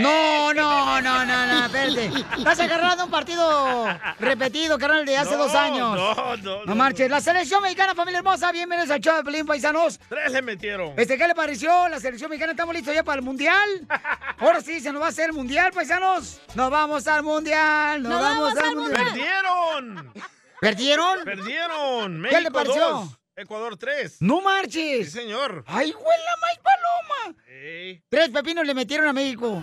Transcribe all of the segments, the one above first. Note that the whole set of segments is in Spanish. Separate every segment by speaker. Speaker 1: No, no, no, no, no, espérate. Estás agarrando un partido repetido, carnal, de hace
Speaker 2: No,
Speaker 1: dos años.
Speaker 2: no, no,
Speaker 1: No
Speaker 2: no,
Speaker 1: marches. La selección mexicana, familia hermosa, bienvenidos al show de Pelín Paisanos.
Speaker 2: Tres le metieron.
Speaker 1: Este, ¿qué le pareció? La selección mexicana, ¿estamos listos ya para el mundial? Ahora sí, se nos va a hacer el mundial, paisanos. Nos vamos al mundial, nos, vamos, al mundial.
Speaker 2: ¡Perdieron!
Speaker 1: ¿Perdieron?
Speaker 2: ¡Perdieron!
Speaker 1: ¿Qué
Speaker 2: México
Speaker 1: le pareció?
Speaker 2: dos, Ecuador 3.
Speaker 1: ¡No marches!
Speaker 2: señor.
Speaker 1: ¡Ay, huela más paloma! Tres pepinos le metieron a México.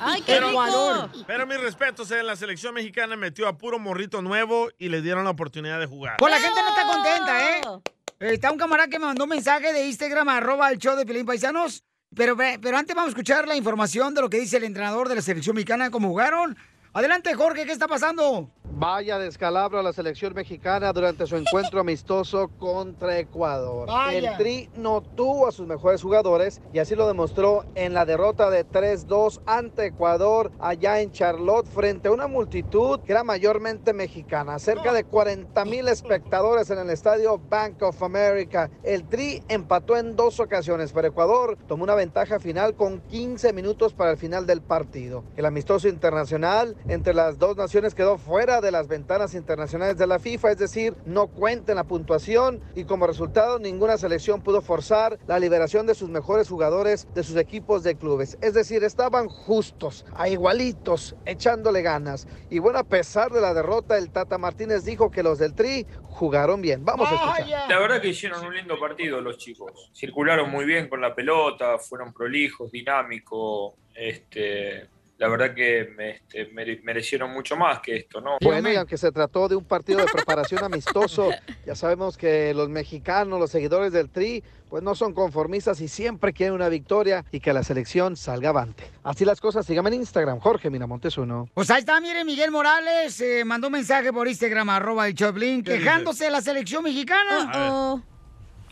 Speaker 2: Ay,
Speaker 1: qué rico.
Speaker 2: Pero mis respetos, eh, la selección mexicana metió a puro morrito nuevo y le dieron la oportunidad de jugar.
Speaker 1: Pues la gente no está contenta, ¿eh? Está un camarada que me mandó un mensaje de Instagram, arroba el show de Pelín Paisanos. Pero, pero antes vamos a escuchar la información de lo que dice el entrenador de la selección mexicana, cómo jugaron. Adelante, Jorge, ¿qué está pasando?
Speaker 3: Vaya descalabro a la selección mexicana durante su encuentro amistoso contra Ecuador.
Speaker 4: Vaya.
Speaker 3: El Tri no tuvo a sus mejores jugadores y así lo demostró en la derrota de 3-2 ante Ecuador allá en Charlotte frente a una multitud que era mayormente mexicana. Cerca de 40 mil espectadores en el estadio Bank of America. El Tri empató en dos ocasiones, pero Ecuador tomó una ventaja final con 15 minutos para el final del partido. El amistoso internacional entre las dos naciones quedó fuera de las ventanas internacionales de la FIFA, es decir, no cuenta en la puntuación y como resultado ninguna selección pudo forzar la liberación de sus mejores jugadores de sus equipos de clubes. Es decir, estaban justos, a igualitos, echándole ganas. Y bueno, a pesar de la derrota, el Tata Martínez dijo que los del Tri jugaron bien. Vamos a escuchar.
Speaker 5: La verdad que hicieron un lindo partido los chicos. Circularon muy bien con la pelota, fueron prolijos, dinámicos. Este, la verdad que me- este, mere- merecieron mucho más que esto, ¿no?
Speaker 3: Bueno, y aunque se trató de un partido de preparación amistoso, ya sabemos que los mexicanos, los seguidores del Tri, pues no son conformistas y siempre quieren una victoria y que la selección salga avante. Así las cosas, síganme en Instagram, Jorge Miramontes uno.
Speaker 1: Pues ahí está, miren, Miguel Morales eh, mandó un mensaje por Instagram, arroba el Choplin,
Speaker 3: dice?
Speaker 1: quejándose de la selección mexicana.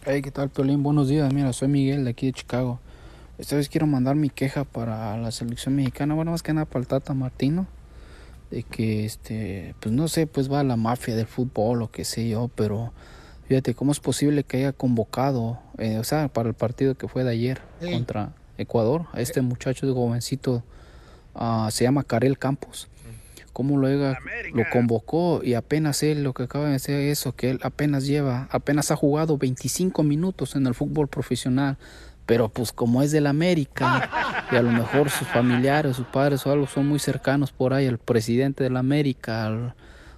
Speaker 6: Hey, ¿qué tal, Piolín? Buenos días. Mira, soy Miguel de aquí de Chicago. Esta vez quiero mandar mi queja para la selección mexicana, bueno, más que nada para el Tata Martino, de que, este, pues no sé, pues va la mafia del fútbol o qué sé yo, pero fíjate, ¿cómo es posible que haya convocado, eh, o sea, para el partido que fue de ayer
Speaker 7: Sí.
Speaker 6: contra Ecuador, a este muchacho de jovencito, ah, se llama Karel Campos? cómo lo, haga- lo convocó y apenas él lo que acaba de decir eso, que él apenas lleva, apenas ha jugado 25 minutos en el fútbol profesional, pero pues como es del América y a lo mejor sus familiares, sus padres o algo son muy cercanos por ahí, el presidente del América, al-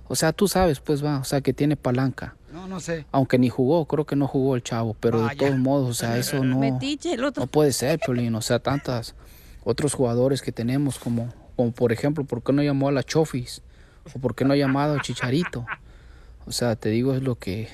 Speaker 6: o sea, tú sabes, pues va, o sea, que tiene palanca.
Speaker 1: No, no sé.
Speaker 6: Aunque ni jugó, creo que no jugó el chavo, pero de todos modos, o sea, eso no...
Speaker 8: Metiche, el otro.
Speaker 6: No puede ser, Piolín. O sea, tantas otros jugadores que tenemos, como, como por ejemplo, ¿por qué no llamó a la Chofis? ¿O por qué no ha llamado a Chicharito? O sea, te digo, es lo que.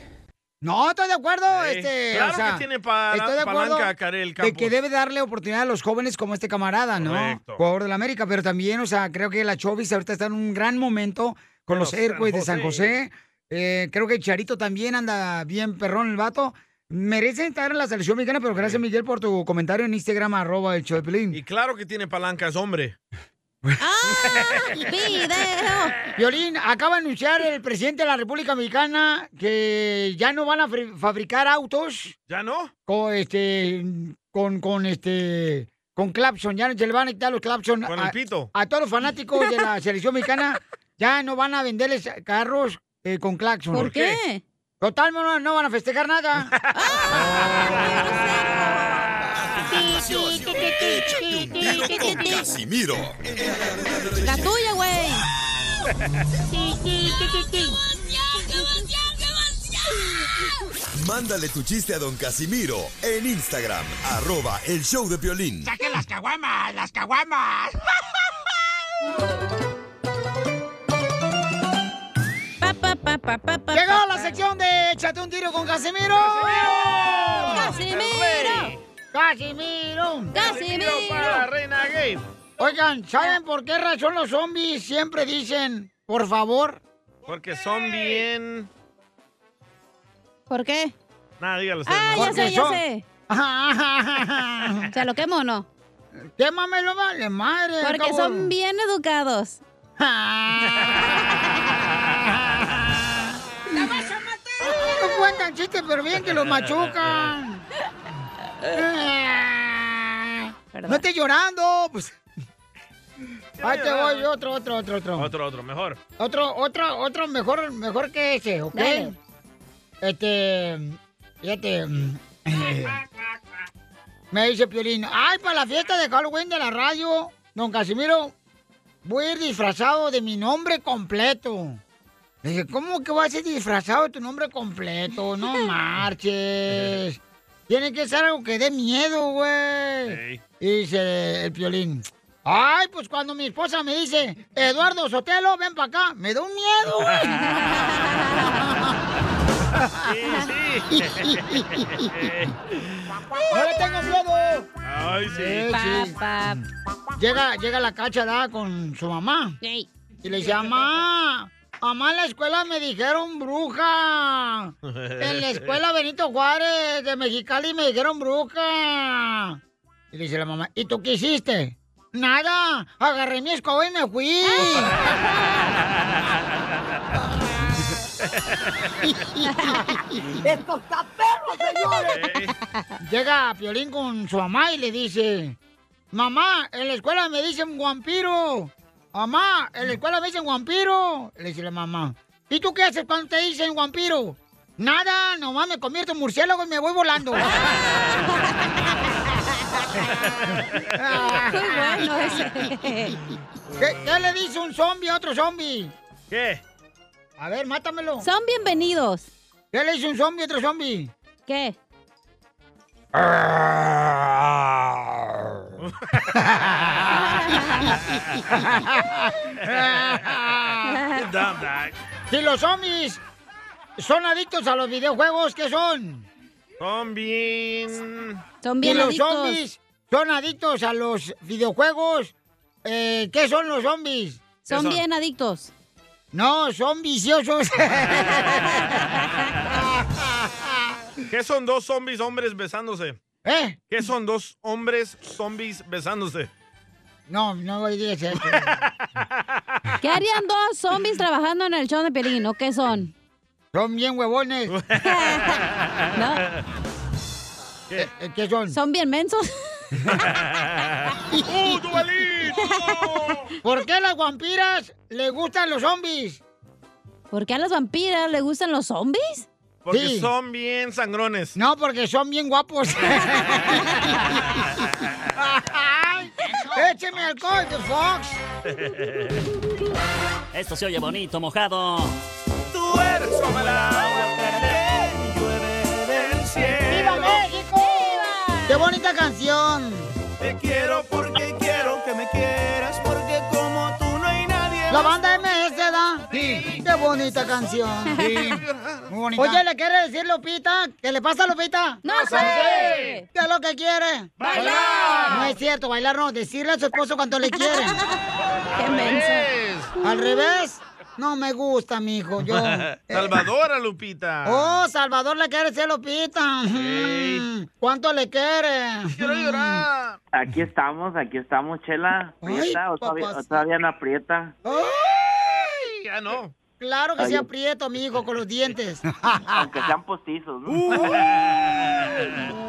Speaker 1: No, estoy de acuerdo. este,
Speaker 2: claro
Speaker 1: o sea,
Speaker 2: que tiene pala-
Speaker 1: estoy de acuerdo
Speaker 2: palanca, Karel
Speaker 1: de
Speaker 2: Campos.
Speaker 1: que debe darle oportunidad a los jóvenes como este camarada, ¿no?
Speaker 2: Correcto.
Speaker 1: Jugador de la América, pero también, o sea, creo que la Chovis ahorita está en un gran momento con los Hércules de San José. Eh, creo que Charito también anda bien perrón el vato. Merece estar en la selección mexicana, pero gracias, Miguel, por tu comentario en Instagram, arroba el Choplin.
Speaker 2: Y claro que tiene palancas, hombre.
Speaker 1: ¡Video! Violín, acaba de anunciar el presidente de la República Mexicana que ya no van a fri- fabricar autos.
Speaker 2: ¿Ya no?
Speaker 1: Con este. Con, con este. Con Clapson. Ya se le van a quitar los Clapson.
Speaker 2: Con
Speaker 1: a,
Speaker 2: el pito.
Speaker 1: a todos los fanáticos de la selección mexicana. Ya no van a venderles carros eh, con Clapson.
Speaker 2: ¿Por qué?
Speaker 1: Total, no, no van a festejar nada.
Speaker 9: Échate un tiro con Casimiro.
Speaker 8: La tuya, güey.
Speaker 9: Mándale tu chiste a don Casimiro en Instagram, arroba el show de violín.
Speaker 10: ¡Saque las caguamas! ¡Las caguamas!
Speaker 1: Llegó la sección de Échate un tiro con Casimiro.
Speaker 10: ¡Casimiro!
Speaker 1: ¡Casimiro!
Speaker 10: ¡Casimiro para la reina gay!
Speaker 1: Oigan, ¿saben por qué razón los zombies siempre dicen, por favor?
Speaker 2: Porque son bien.
Speaker 8: ¿Por qué?
Speaker 2: Nada, dígalo. usted,
Speaker 8: Ah,
Speaker 2: ¿no?
Speaker 8: ya sé, ya sé.
Speaker 1: O
Speaker 8: sea, lo quemo o no.
Speaker 1: Quémame, lo vale, madre.
Speaker 8: Porque
Speaker 1: cabrón.
Speaker 8: son bien educados.
Speaker 1: ¡La vas a matar! No cuentan chistes, pero bien que los machucan. no estés llorando. Pues. Ahí te voy, otro, otro, otro, otro.
Speaker 2: Otro, otro, mejor.
Speaker 1: Otro, otro, otro mejor, mejor que ese, ¿ok?
Speaker 2: Dale.
Speaker 1: Este, fíjate. mm, eh, me dice Piolín, ay, para la fiesta de Halloween de la radio, don Casimiro, voy a ir disfrazado de mi nombre completo. Le dije, ¿cómo que vas a ir disfrazado de tu nombre completo? No marches. Tiene que ser algo que dé miedo, güey. Y dice el Piolín, ay, pues cuando mi esposa me dice, Eduardo Sotelo, ven para acá, me da un miedo, güey.
Speaker 10: Sí, sí.
Speaker 1: ¡No le tengo miedo!
Speaker 10: Ay, sí.
Speaker 8: Pa,
Speaker 1: Llega, llega la cacha ¿verdad? con su mamá.
Speaker 8: Ey.
Speaker 1: Y le dice, mamá, mamá, en la escuela me dijeron bruja. En la escuela Benito Juárez de Mexicali me dijeron bruja. Y le dice la mamá, ¿y tú qué hiciste? Nada, agarré mi escoba y me fui. ¡Esto está señores! Llega Piolín con su mamá y le dice: Mamá, en la escuela me dicen guampiro. Mamá, en la escuela me dicen guampiro. Le dice la mamá: ¿Y tú qué haces cuando te dicen guampiro? Nada, nomás me convierto en murciélago y me voy volando.
Speaker 10: bueno
Speaker 1: ¿Qué, qué le dice un zombie a otro zombie? ¿Qué? A ver, mátamelo.
Speaker 8: Son bienvenidos.
Speaker 1: ¿Qué le dice un zombie a otro zombie?
Speaker 8: ¿Qué?
Speaker 1: Si los zombies son adictos a los videojuegos, ¿qué son?
Speaker 2: Son bien...
Speaker 1: Son
Speaker 2: bien
Speaker 1: Si los
Speaker 2: adictos.
Speaker 1: zombies son adictos a los videojuegos, eh, ¿qué son los zombies?
Speaker 8: Son son? bien
Speaker 1: adictos. No, son viciosos.
Speaker 2: ¿Qué son dos zombies hombres besándose?
Speaker 1: ¿Eh?
Speaker 2: ¿Qué son dos hombres zombies besándose?
Speaker 1: no, no digas eso.
Speaker 8: ¿Qué harían dos zombies trabajando en el show de Pelín? ¿O qué son?
Speaker 1: Son bien huevones. ¿Qué, Eh, qué son?
Speaker 8: Son bien mensos.
Speaker 2: ¡Uh,
Speaker 1: ¿Por qué a las vampiras les gustan los zombies?
Speaker 8: ¿Por qué a las vampiras les gustan los zombies?
Speaker 2: Porque son bien sangrones.
Speaker 1: No, porque son bien guapos. ¡Écheme alcohol, The Fox!
Speaker 4: Esto se oye bonito, mojado.
Speaker 10: Tú eres como el agua que llueve del cielo.
Speaker 1: ¡Viva México! ¡Qué bonita canción!
Speaker 10: Te quiero porque quiero que me quieras, porque como tú no hay nadie.
Speaker 1: La banda MS, ¿da? Sí. ¡Qué bonita canción!
Speaker 10: Sí.
Speaker 1: Muy bonita. Oye, ¿le quiere decir Lupita? ¿Qué le pasa a Lupita?
Speaker 10: No sé.
Speaker 1: ¿Qué es lo que quiere?
Speaker 10: ¡Bailar!
Speaker 1: No es cierto, bailar no. Decirle a su esposo cuánto le quiere.
Speaker 10: ¡Qué menso!
Speaker 1: ¿Al revés? No me gusta, mijo. Yo... eh,
Speaker 2: Salvadora, Lupita.
Speaker 1: Oh, Salvador le quiere ser Lupita. Mm, ¿Cuánto le quiere? Mm. Quiero llorar.
Speaker 7: Aquí estamos, aquí estamos, Chela.
Speaker 1: Ay, Ah.
Speaker 7: ¿Aprieta o todavía,
Speaker 1: papacito.
Speaker 7: o todavía no aprieta?
Speaker 2: Ya no.
Speaker 1: Oh. Claro que
Speaker 7: Ay.
Speaker 1: se aprieto, mijo, con los dientes.
Speaker 7: Aunque sean postizos, ¿no?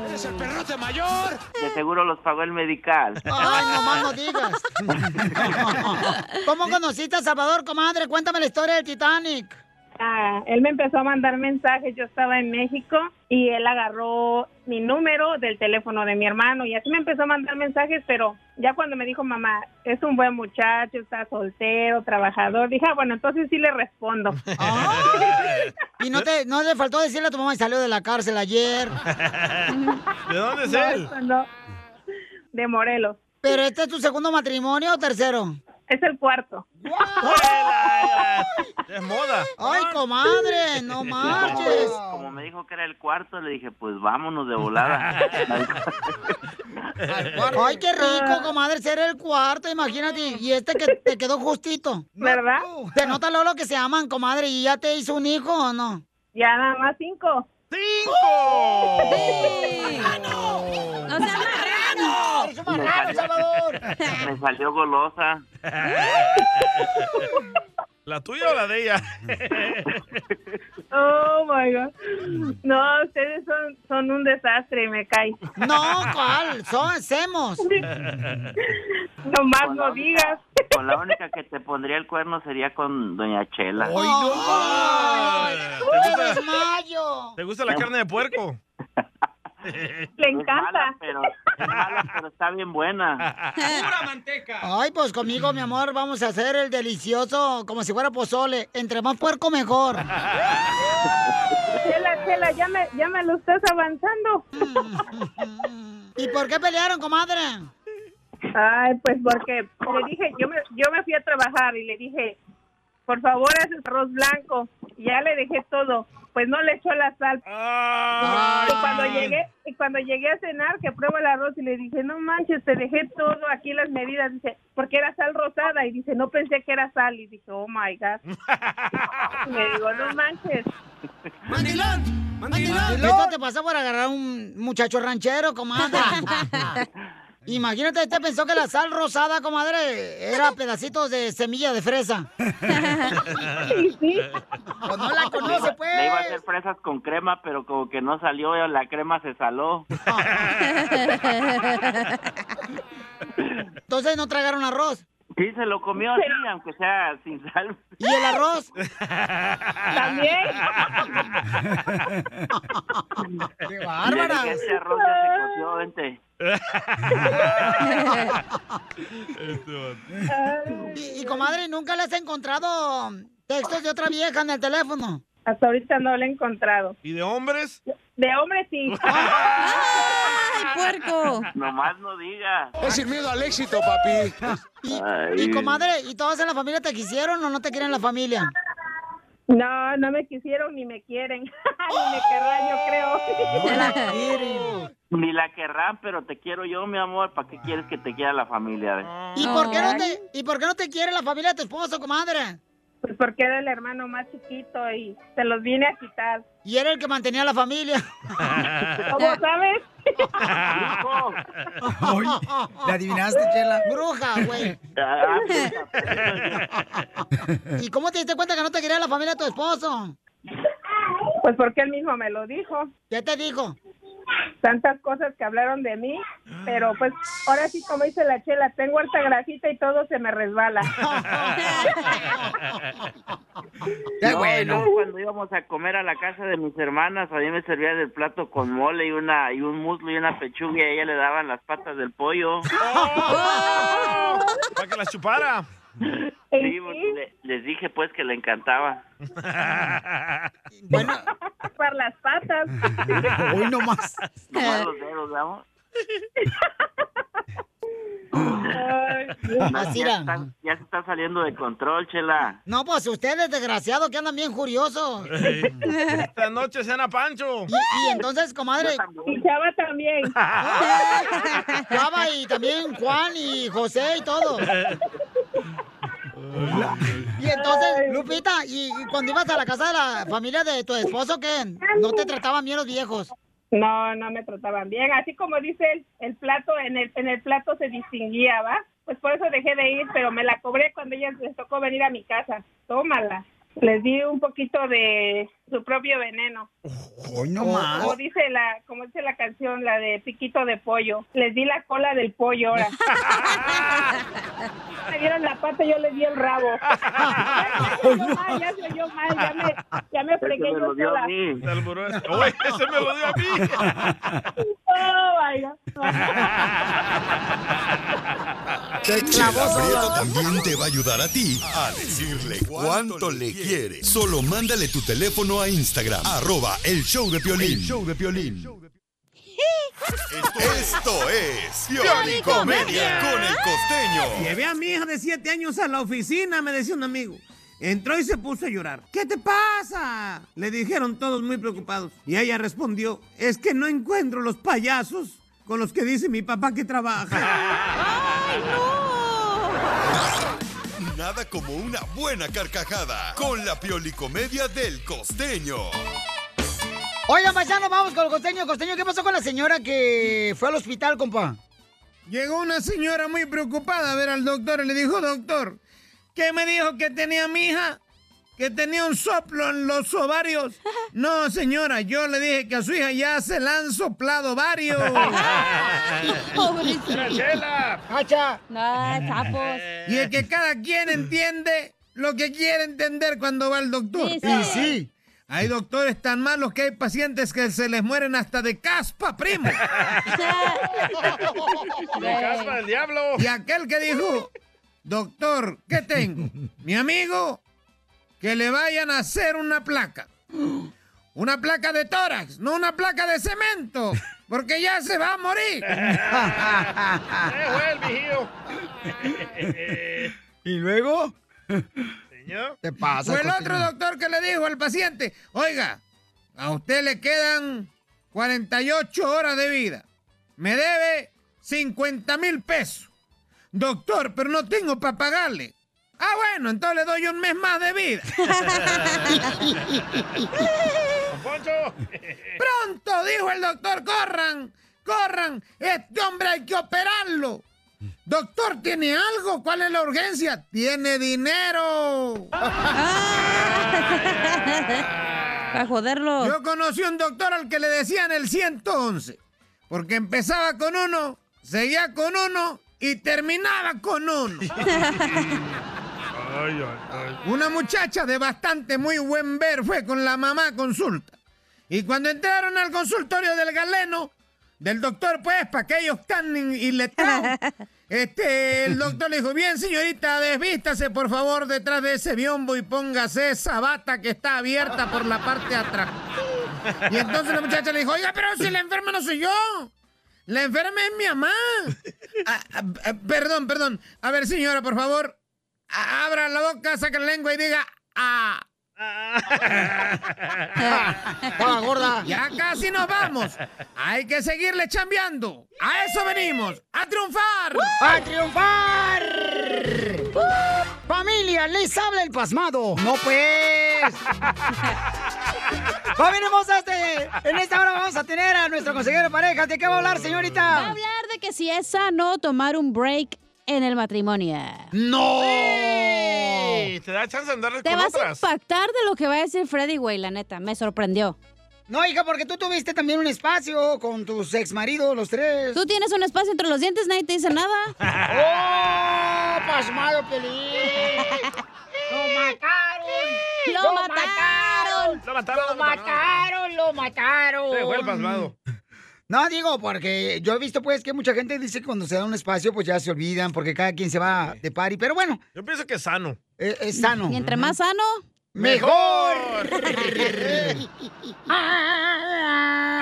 Speaker 10: ¡Eres el perrote mayor!
Speaker 7: De seguro los pagó el medical.
Speaker 1: Ay, nomás no digas. ¿Cómo conociste a Salvador, comadre? Cuéntame la historia del Titanic.
Speaker 11: Ah, él me empezó a mandar mensajes, yo estaba en México y él agarró mi número del teléfono de mi hermano y así me empezó a mandar mensajes, pero ya cuando me dijo mamá, es un buen muchacho, está soltero, trabajador, dije, "Ah, bueno, entonces sí le respondo.
Speaker 1: Y no te, no le faltó decirle a tu mamá que salió de la cárcel ayer.
Speaker 2: ¿De dónde es
Speaker 1: No,
Speaker 2: él?
Speaker 11: De Morelos.
Speaker 1: ¿Pero este es tu segundo matrimonio o tercero?
Speaker 11: Es el cuarto.
Speaker 2: Es moda.
Speaker 1: ¡Ay, comadre! ¡No marches!
Speaker 7: Como, como me dijo que era el cuarto, le dije, pues vámonos de volada.
Speaker 1: ¡Ay, qué
Speaker 11: Ah.
Speaker 1: rico, comadre, ser el cuarto! Imagínate, y este que te quedó justito.
Speaker 11: ¿Verdad?
Speaker 1: ¿Te nota lo lo que se aman, comadre? ¿Y ya te hizo un hijo o no?
Speaker 11: Ya nada más cinco.
Speaker 10: ¡Cinco!
Speaker 8: ¡No seas marrano!
Speaker 1: ¡Eres un
Speaker 7: Me
Speaker 1: marrano,
Speaker 7: salió-
Speaker 1: Salvador!
Speaker 7: me salió golosa.
Speaker 2: ¿La tuya o la de ella?
Speaker 11: Oh my God. No, ustedes son, son un desastre, me cae.
Speaker 1: No, ¿cuál? Son, hacemos.
Speaker 11: Nomás no digas.
Speaker 7: Con la única que te pondría el cuerno sería con Doña Chela.
Speaker 2: ¿Te gusta la carne de puerco?
Speaker 11: Le encanta.
Speaker 7: pero, es mala, pero está bien buena.
Speaker 1: Ay, pues conmigo, mi amor, vamos a hacer el delicioso como si fuera pozole. Entre más puerco, mejor.
Speaker 11: Chela, Chela, ya me, ya me lo estás avanzando.
Speaker 1: ¿Y por qué pelearon, comadre?
Speaker 11: Ay, pues porque le dije, yo me, yo me fui a trabajar y le dije, por favor, haces arroz blanco. Y ya le dejé todo. Pues no le echó la sal. Y cuando llegué, y cuando llegué a cenar, que pruebo el arroz y le dije, no manches, te dejé todo aquí las medidas. Dice, porque era sal rosada. Y dice, no pensé que era sal. Y dije, oh my God. Y me digo, no manches.
Speaker 1: ¡Mandilón! Esto te pasa por agarrar un muchacho ranchero, comadre. Imagínate, este pensó que la sal rosada, comadre, era pedacitos de semilla de fresa. Pues no la conoce, pues.
Speaker 7: Le iba a hacer fresas con crema, pero como que no salió, eh, la crema se saló.
Speaker 1: Entonces no tragaron arroz.
Speaker 7: Sí, se lo comió así, aunque sea sin sal.
Speaker 1: ¿Y el arroz? ¡Qué
Speaker 7: Le
Speaker 1: bárbara!
Speaker 7: dije, Ese arroz ya se
Speaker 10: Este,
Speaker 7: coció, vente.
Speaker 1: Y, y, comadre, ¿nunca le has encontrado textos de otra vieja en el teléfono?
Speaker 11: Hasta ahorita no lo he encontrado.
Speaker 2: ¿Y de hombres?
Speaker 11: De hombre sí.
Speaker 8: ¡Ay, puerco!
Speaker 7: Nomás no digas.
Speaker 10: Es el miedo al éxito, papi.
Speaker 1: Y,
Speaker 7: Ay.
Speaker 1: y, comadre, ¿y todos en la familia te quisieron o no te quieren la familia?
Speaker 11: No, no me quisieron ni me quieren. ni
Speaker 1: ¡Oh!
Speaker 11: me querrán, yo creo.
Speaker 7: Ni la querrán, pero te quiero yo, mi amor. ¿Para qué quieres que te quiera la familia? ve?
Speaker 1: ¿Y por qué no te, y por qué no te quiere la familia de tu esposo, comadre?
Speaker 11: Pues porque era el hermano más chiquito y se los vine a quitar.
Speaker 1: Y era el que mantenía la familia.
Speaker 11: ¿Cómo sabes?
Speaker 1: Ay, ¿La adivinaste, Chela? Bruja, güey.
Speaker 7: Ah, pues, apenas.
Speaker 1: ¿Y cómo te diste cuenta que no te quería la familia de tu esposo?
Speaker 11: Pues porque él mismo me lo dijo.
Speaker 1: ¿Qué te dijo?
Speaker 11: Tantas cosas que hablaron de mí, pero pues ahora sí, como dice la chela, tengo harta grasita y todo se me resbala.
Speaker 1: Qué
Speaker 7: No, y
Speaker 1: bueno.
Speaker 7: luego cuando íbamos a comer a la casa de mis hermanas, a mí me servían el plato con mole y una y un muslo y una pechuga y a ella le daban las patas del pollo.
Speaker 2: Para que la chupara.
Speaker 7: Sí, porque le- les dije pues que le encantaba.
Speaker 1: Bueno,
Speaker 11: pues, Para las patas.
Speaker 1: hoy nomás.
Speaker 7: Nomás los dedos, ¿no?
Speaker 11: Ay,
Speaker 1: Así
Speaker 7: Ya,
Speaker 1: era.
Speaker 7: está- ya se está saliendo de control, chela.
Speaker 1: No, pues ustedes, desgraciados, que andan bien curiosos.
Speaker 2: Esta noche cena Pancho.
Speaker 1: Y, y entonces, comadre, Ah,
Speaker 11: Y Chava también.
Speaker 1: Chava y también Juan y José y todo. Y entonces, Lupita, y, y cuando ibas a la casa de la familia de tu esposo, ¿qué? ¿No te trataban bien los viejos?
Speaker 11: No, no me trataban bien. Así como dice el, el plato, en el, en el plato se distinguía, ¿va? Pues por eso dejé de ir, pero me la cobré cuando ellas les tocó venir a mi casa. Tómala. Les di un poquito de su propio veneno.
Speaker 1: Hoy
Speaker 11: Como dice la, como dice la canción, la de piquito de pollo. Les di la cola del pollo ahora. me dieron la pata, yo les di el rabo. Ya se oyó mal, ya se oyó mal, ya me, ya me
Speaker 7: Ese
Speaker 11: fregué
Speaker 7: me
Speaker 11: yo
Speaker 7: lo dio a
Speaker 11: sola.
Speaker 7: mí.
Speaker 2: Te alboró- Oye, ese me lo dio a mí.
Speaker 11: Oh, vaya.
Speaker 9: Chela Prieto también te va a ayudar a ti a decirle cuánto le quiere. Solo mándale tu teléfono a Instagram, arroba el show de Piolín. show de Piolín. Esto es Pioli Comedia con el costeño.
Speaker 12: Llevé a mi hija de 7 años a la oficina, me decía un amigo. Entró y se puso a llorar. ¿Qué te pasa? Le dijeron todos muy preocupados. Y ella respondió, es que no encuentro los payasos con los que dice mi papá que trabaja.
Speaker 9: Nada como una buena carcajada con la Pioli Comedia del costeño.
Speaker 1: Oigan, paisano, vamos con el costeño. Costeño, ¿qué pasó con la señora que fue al hospital, compa?
Speaker 12: Llegó una señora muy preocupada a ver al doctor y le dijo, doctor, ¿qué me dijo que tenía mi hija? que tenía un soplo en los ovarios. No, señora, yo le dije que a su hija ya se le han soplado varios.
Speaker 1: ¡Hacha!
Speaker 12: Y el que cada quien entiende lo que quiere entender cuando va al doctor.
Speaker 1: Sí, sí. Y sí.
Speaker 12: Hay doctores tan malos que hay pacientes que se les mueren hasta de caspa, primo.
Speaker 2: ¡De caspa del diablo!
Speaker 12: Y aquel que dijo, doctor, ¿qué tengo? Mi amigo, que le vayan a hacer una placa. Una placa de tórax, no una placa de cemento, porque ya se va a morir.
Speaker 1: ¿Y luego?
Speaker 2: Señor.
Speaker 1: ¿Qué pasa?
Speaker 12: Fue el otro
Speaker 1: costeño?
Speaker 12: doctor que le dijo al paciente, oiga, a usted le quedan 48 horas de vida. Me debe 50 mil pesos. Doctor, pero no tengo para pagarle. Ah, bueno, entonces le doy un mes más de vida. Pronto, dijo el doctor, corran, corran. Este hombre hay que operarlo. Doctor, ¿tiene algo? ¿Cuál es la urgencia? Tiene dinero.
Speaker 8: Para joderlo.
Speaker 12: Yo conocí un doctor al que le decían el 111, porque empezaba con uno, seguía con uno y terminaba con uno. Una muchacha de bastante muy buen ver fue con la mamá a consulta. Y cuando entraron al consultorio del galeno, del doctor, pues, para que ellos están iletrados, este, el doctor le dijo, bien, señorita, desvístase, por favor, detrás de ese biombo y póngase esa bata que está abierta por la parte de atrás. Y entonces la muchacha le dijo, oiga, pero si la enferma no soy yo. La enferma es mi mamá. Ah, ah, ah, perdón, perdón. A ver, señora, por favor, a- abra la boca, saca la lengua y diga, ah.
Speaker 1: Ah, gorda.
Speaker 12: Ya casi nos vamos. Hay que seguirle chambeando. A eso venimos. ¡A triunfar!
Speaker 1: ¡A triunfar! ¡Familia! ¡Les habla el pasmado! ¡No pues! ¡Familia hermosa! Este, en esta hora vamos a tener a nuestro consejero de parejas. ¿De qué va a hablar,
Speaker 8: Va a
Speaker 1: señorita?
Speaker 8: hablar de que si es sano tomar un break en el matrimonio.
Speaker 1: ¡No!
Speaker 2: Sí, Te da chance de andar
Speaker 8: Te
Speaker 2: con
Speaker 8: vas a
Speaker 2: otras.
Speaker 8: impactar de lo que va a decir Freddy, güey, la neta. Me sorprendió.
Speaker 1: No, hija, porque tú tuviste también un espacio con tus exmaridos, los tres.
Speaker 8: Tú tienes un espacio entre los dientes, nadie te dice nada.
Speaker 1: ¡Oh! ¡Pasmado, Pelín! ¡Lo mataron!
Speaker 8: Lo mataron.
Speaker 1: ¡Lo
Speaker 2: Lo mataron, lo mataron.
Speaker 1: mataron! ¡Lo mataron!
Speaker 2: Se fue el pasmado.
Speaker 1: No, digo, porque yo he visto pues que mucha gente dice que cuando se da un espacio pues ya se olvidan porque cada quien se va de party, pero bueno,
Speaker 2: Yo pienso que es sano.
Speaker 1: eh, es sano.
Speaker 8: Y entre más sano,
Speaker 1: ¡Mejor!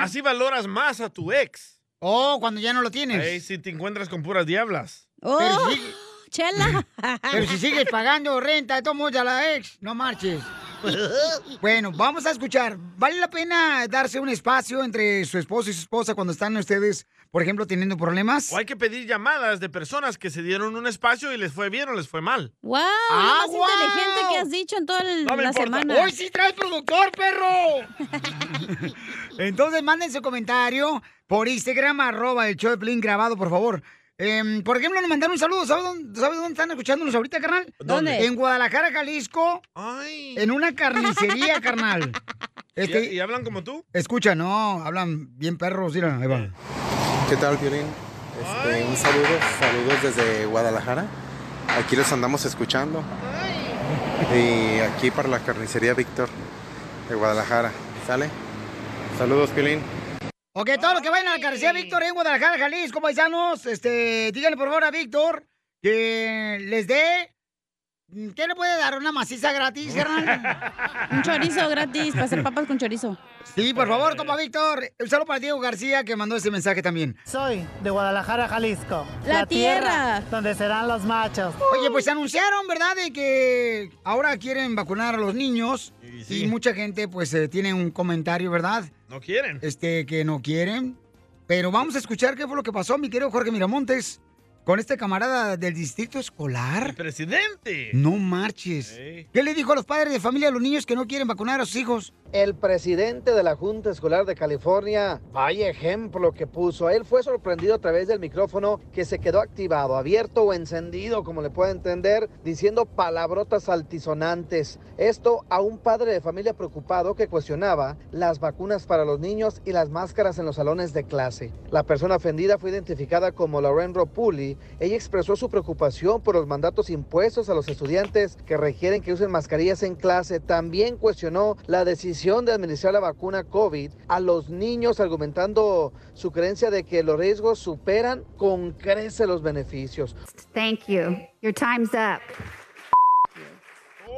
Speaker 2: Así valoras más a tu ex.
Speaker 1: Ah. Oh, cuando ya no lo tienes.
Speaker 2: Ahí si te encuentras con puras diablas.
Speaker 8: ¡Oh!
Speaker 1: Pero, si,
Speaker 8: chela.
Speaker 1: pero si sigues pagando renta, de todos modos ya la ex, no marches. Bueno, vamos a escuchar. ¿Vale la pena darse un espacio entre su esposo y su esposa cuando están ustedes, por ejemplo, teniendo problemas?
Speaker 2: O hay que pedir llamadas de personas que se dieron un espacio y les fue bien o les fue mal.
Speaker 8: ¡Wow!
Speaker 1: Ah,
Speaker 8: lo más
Speaker 1: wow.
Speaker 8: inteligente que has dicho en toda el-
Speaker 2: No me
Speaker 8: la
Speaker 2: importa.
Speaker 8: semana.
Speaker 1: ¡Hoy sí traes productor, perro! Entonces, manden su comentario por Instagram, arroba el show de Piolín grabado, por favor. Em, por ejemplo, nos mandaron un saludo. ¿Sabes dónde, sabes dónde están escuchándonos ahorita, carnal?
Speaker 8: ¿Dónde?
Speaker 1: En Guadalajara, Jalisco,
Speaker 2: Ay.
Speaker 1: en una carnicería, carnal. Este,
Speaker 2: ¿Y, y hablan como tú?
Speaker 1: Escucha, no, hablan bien perros, mira, ahí
Speaker 2: Eh.
Speaker 1: va.
Speaker 13: ¿Qué tal, Violín? Este, un saludo, saludos desde Guadalajara. Aquí los andamos escuchando. Y aquí para la carnicería Víctor de Guadalajara. ¿Sale? Saludos, Piolín.
Speaker 1: Ok, todos los que vayan a la carnicería Víctor en Guadalajara, Jalisco, paisanos, este, díganle por favor a Víctor que les dé... ¿Qué le puede dar? ¿Una maciza gratis, carnal?
Speaker 8: Un chorizo gratis para hacer papas con chorizo.
Speaker 1: Sí, por favor, compa Víctor. Un saludo para Diego García que mandó ese mensaje también.
Speaker 14: Soy de Guadalajara, Jalisco.
Speaker 8: La tierra.
Speaker 14: Donde serán los machos.
Speaker 1: Oye, pues anunciaron, ¿verdad? De que ahora quieren vacunar a los niños.
Speaker 2: sí.
Speaker 1: Y mucha gente, pues, eh, tiene un comentario, ¿verdad?
Speaker 2: No quieren.
Speaker 1: Este, que no quieren. Pero vamos a escuchar qué fue lo que pasó, mi querido Jorge Miramontes. con este camarada del distrito escolar.
Speaker 2: Presidente.
Speaker 1: No marches. ¿Qué le dijo a los padres de familia a los niños que no quieren vacunar a sus hijos?
Speaker 3: El presidente de la Junta Escolar de California, vaya ejemplo que puso. Él fue sorprendido a través del micrófono que se quedó activado, abierto o encendido, como le pueda entender, diciendo palabrotas altisonantes. Esto a un padre de familia preocupado que cuestionaba las vacunas para los niños y las máscaras en los salones de clase. La persona ofendida fue identificada como Lauren Ropuli. Ella expresó su preocupación por los mandatos impuestos a los estudiantes que requieren que usen mascarillas en clase. También cuestionó la decisión de administrar la vacuna COVID a los niños, argumentando su creencia de que los riesgos superan con crece los beneficios.
Speaker 15: Thank you. Your time's up.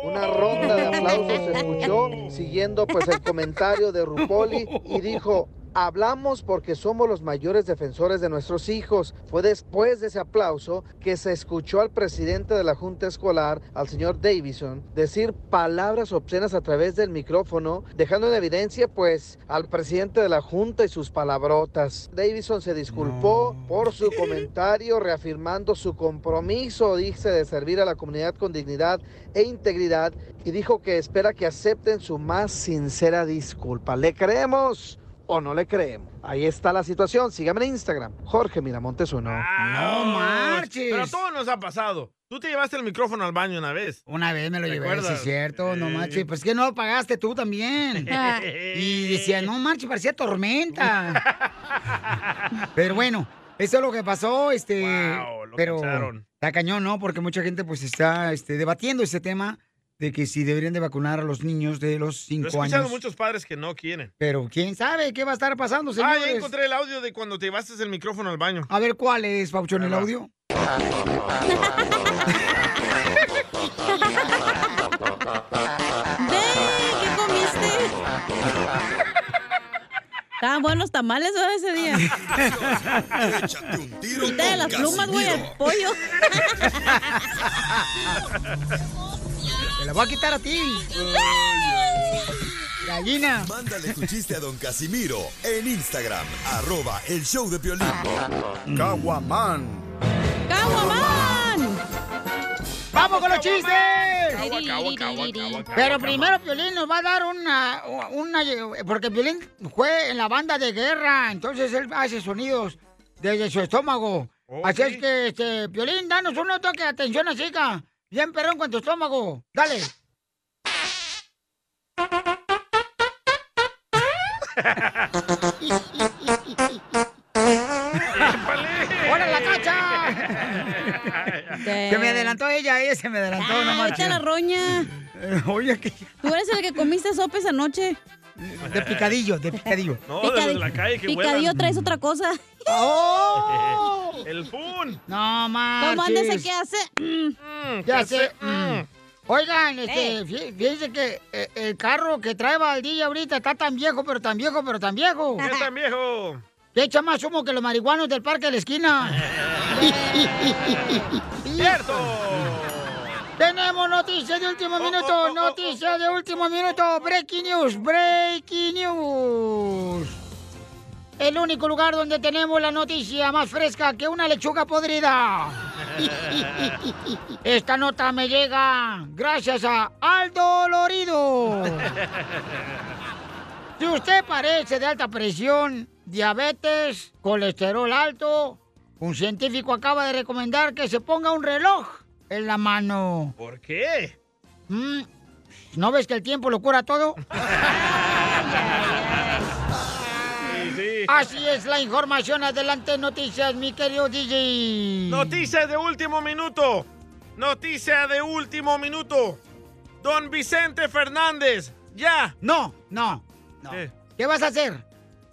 Speaker 3: Una ronda de aplausos se escuchó, siguiendo pues el comentario de Rupoli y dijo, Hablamos porque somos los mayores defensores de nuestros hijos. Fue después de ese aplauso que se escuchó al presidente de la Junta Escolar, al señor Davison, decir palabras obscenas a través del micrófono, dejando en evidencia pues al presidente de la Junta y sus palabrotas. Davison se disculpó por su comentario, reafirmando su compromiso, dice, de servir a la comunidad con dignidad e integridad y dijo que espera que acepten su más sincera disculpa. ¿Le creemos? o no le creemos. Ahí está la situación. Sígame en Instagram, Jorge Miramontes uno.
Speaker 2: No marches. Pero a todos nos ha pasado. Tú te llevaste el micrófono al baño una vez.
Speaker 1: Una vez me lo llevé,
Speaker 2: ¿Recuerdas?
Speaker 1: sí es cierto, no
Speaker 2: Sí. Ah.
Speaker 1: marches. Pues que no lo pagaste tú también. y decía, no marches, parecía tormenta. pero bueno, eso es lo que pasó, este. pero
Speaker 2: cacharon.
Speaker 1: está cañón, ¿no? Porque mucha gente pues está este, debatiendo este tema de que si deberían de vacunar a los niños de los
Speaker 2: Yo he
Speaker 1: 5
Speaker 2: escuchado
Speaker 1: años.
Speaker 2: muchos padres que no quieren.
Speaker 1: Pero quién sabe qué va a estar pasando,
Speaker 2: Ah,
Speaker 1: señores.
Speaker 2: ya encontré el audio de cuando te llevaste el micrófono al baño.
Speaker 1: A ver cuál es, Pauchón, el audio.
Speaker 8: ¿Qué comiste? Estaban buenos tamales ¿verdad, ese día. Quítale las plumas, güey, al pollo.
Speaker 1: Te la voy a quitar a ti. Gallina.
Speaker 9: Mándale tu chiste a don Casimiro en Instagram, arroba el show de Piolín. Caguaman.
Speaker 1: ¡Vamos con los chistes! Pero
Speaker 10: Guacama.
Speaker 1: primero Piolín nos va a dar una, una... Porque Piolín fue en la banda de guerra, entonces él hace sonidos desde su estómago. así es que, este, Piolín, danos un toque de atención a chica. Bien perrón con tu estómago. Dale. ¡Hola, la cacha! Se me adelantó ella, ella se me adelantó. no
Speaker 8: Ay,
Speaker 1: marches.
Speaker 8: echa la roña.
Speaker 1: Oye, que...
Speaker 8: Tú eres el que comiste sopes anoche.
Speaker 1: De picadillo, de picadillo.
Speaker 2: No, de los de la calle que
Speaker 8: Picadillo
Speaker 2: huelan.
Speaker 8: traes otra cosa.
Speaker 1: ¡Oh!
Speaker 2: El fun.
Speaker 1: No
Speaker 8: ¿Cómo
Speaker 1: marches.
Speaker 8: andes qué hace?
Speaker 1: ¿Qué hace? Mm. Oigan, este, fí- fíjense que eh, el carro que trae Valdilla ahorita está tan viejo, pero tan viejo, pero tan viejo.
Speaker 2: ¿Qué tan viejo?
Speaker 1: Que echa más humo que los marihuanos del parque de la esquina.
Speaker 2: ¡Cierto! Oh,
Speaker 1: Tenemos noticias de último minuto, noticias de último minuto, breaking news, breaking news. El único lugar donde tenemos la noticia más fresca que una lechuga podrida. Esta nota me llega gracias a Aldo Lorido. Si usted parece de alta presión, diabetes, colesterol alto, un científico acaba de recomendar que se ponga un reloj en la mano.
Speaker 2: ¿Por qué?
Speaker 1: Mm, ¿No ves que el tiempo lo cura todo? Así es la información. Adelante, noticias, mi querido DJ.
Speaker 2: Noticias de último minuto. Noticia de último minuto. Don Vicente Fernández. Ya.
Speaker 1: No, no.
Speaker 2: ¿Qué?
Speaker 1: ¿Qué vas a hacer?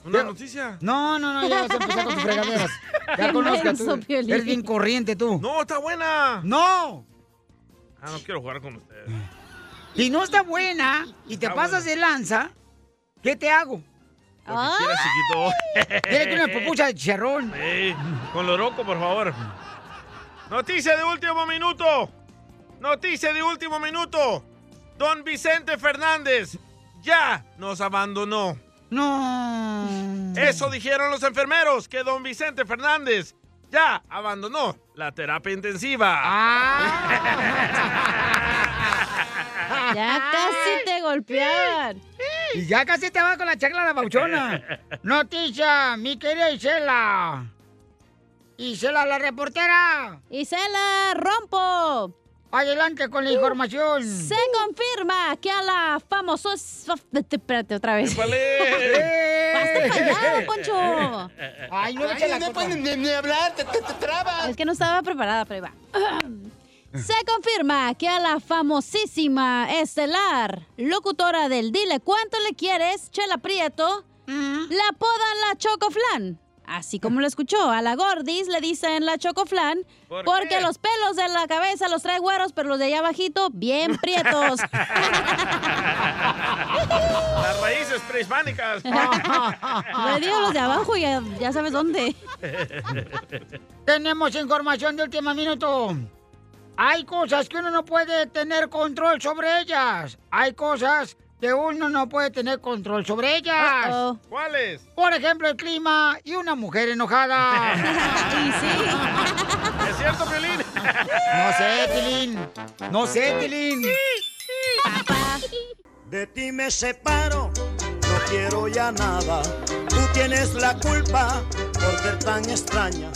Speaker 2: ¿Una
Speaker 1: Yo-
Speaker 2: noticia?
Speaker 1: No, no, no, ya vas a empezar con tus fregaderas. Ya
Speaker 2: Qué
Speaker 1: conozco
Speaker 2: menso,
Speaker 1: tú.
Speaker 2: Piolín.
Speaker 1: Eres bien corriente tú.
Speaker 2: No, está buena.
Speaker 1: No.
Speaker 2: Ah, no quiero jugar con ustedes.
Speaker 1: Si no está buena y te
Speaker 2: Está
Speaker 1: pasas de lanza, ¿qué te hago?
Speaker 2: Lo que quieras, chiquito.
Speaker 1: Tiene que una papucha de chicharrón.
Speaker 2: Sí, con Loroco, por favor. Noticia de último minuto. Noticia de último minuto. Don Vicente Fernández ya nos abandonó.
Speaker 1: No.
Speaker 2: Eso dijeron los enfermeros, que don Vicente Fernández ya abandonó la terapia intensiva.
Speaker 1: Ah,
Speaker 8: Ah, Ya casi te golpeaban.
Speaker 1: Y ya casi te vas con la chacla la bauchona. Noticia, mi querida Isela. Isela, la reportera.
Speaker 8: Isela, rompo.
Speaker 1: Adelante con la información.
Speaker 8: Se confirma que a la famosa... Espérate otra vez.
Speaker 2: ¡Épale!
Speaker 8: ¡Basta para allá, Poncho!
Speaker 1: Ay, no me eches la culpa.
Speaker 8: hablar, te, trabas. Es que no estaba preparada, pero ahí va. Se confirma que a la famosísima estelar locutora del Dile Cuánto Le Quieres, Chela Prieto, la apodan la Chocoflan. Así como lo escuchó, a la Gordis le dicen la Chocoflan
Speaker 16: ¿Por
Speaker 8: porque
Speaker 16: qué?
Speaker 8: los pelos de la cabeza los trae güeros, pero los de allá abajito bien prietos.
Speaker 2: Las raíces prehispánicas.
Speaker 8: Le digo los de abajo y ya, ya sabes dónde.
Speaker 1: Tenemos información de último minuto. Hay cosas que uno no puede tener control sobre ellas. Hay cosas que uno no puede tener control sobre ellas.
Speaker 2: Uh-oh. ¿Cuáles?
Speaker 1: Por ejemplo, el clima y una mujer enojada.
Speaker 2: ¿Es cierto, Piolín?
Speaker 1: No sé, Tilín. No sé, Tilín.
Speaker 10: De ti me separo, no quiero ya nada. Tú tienes la culpa por ser tan extraña.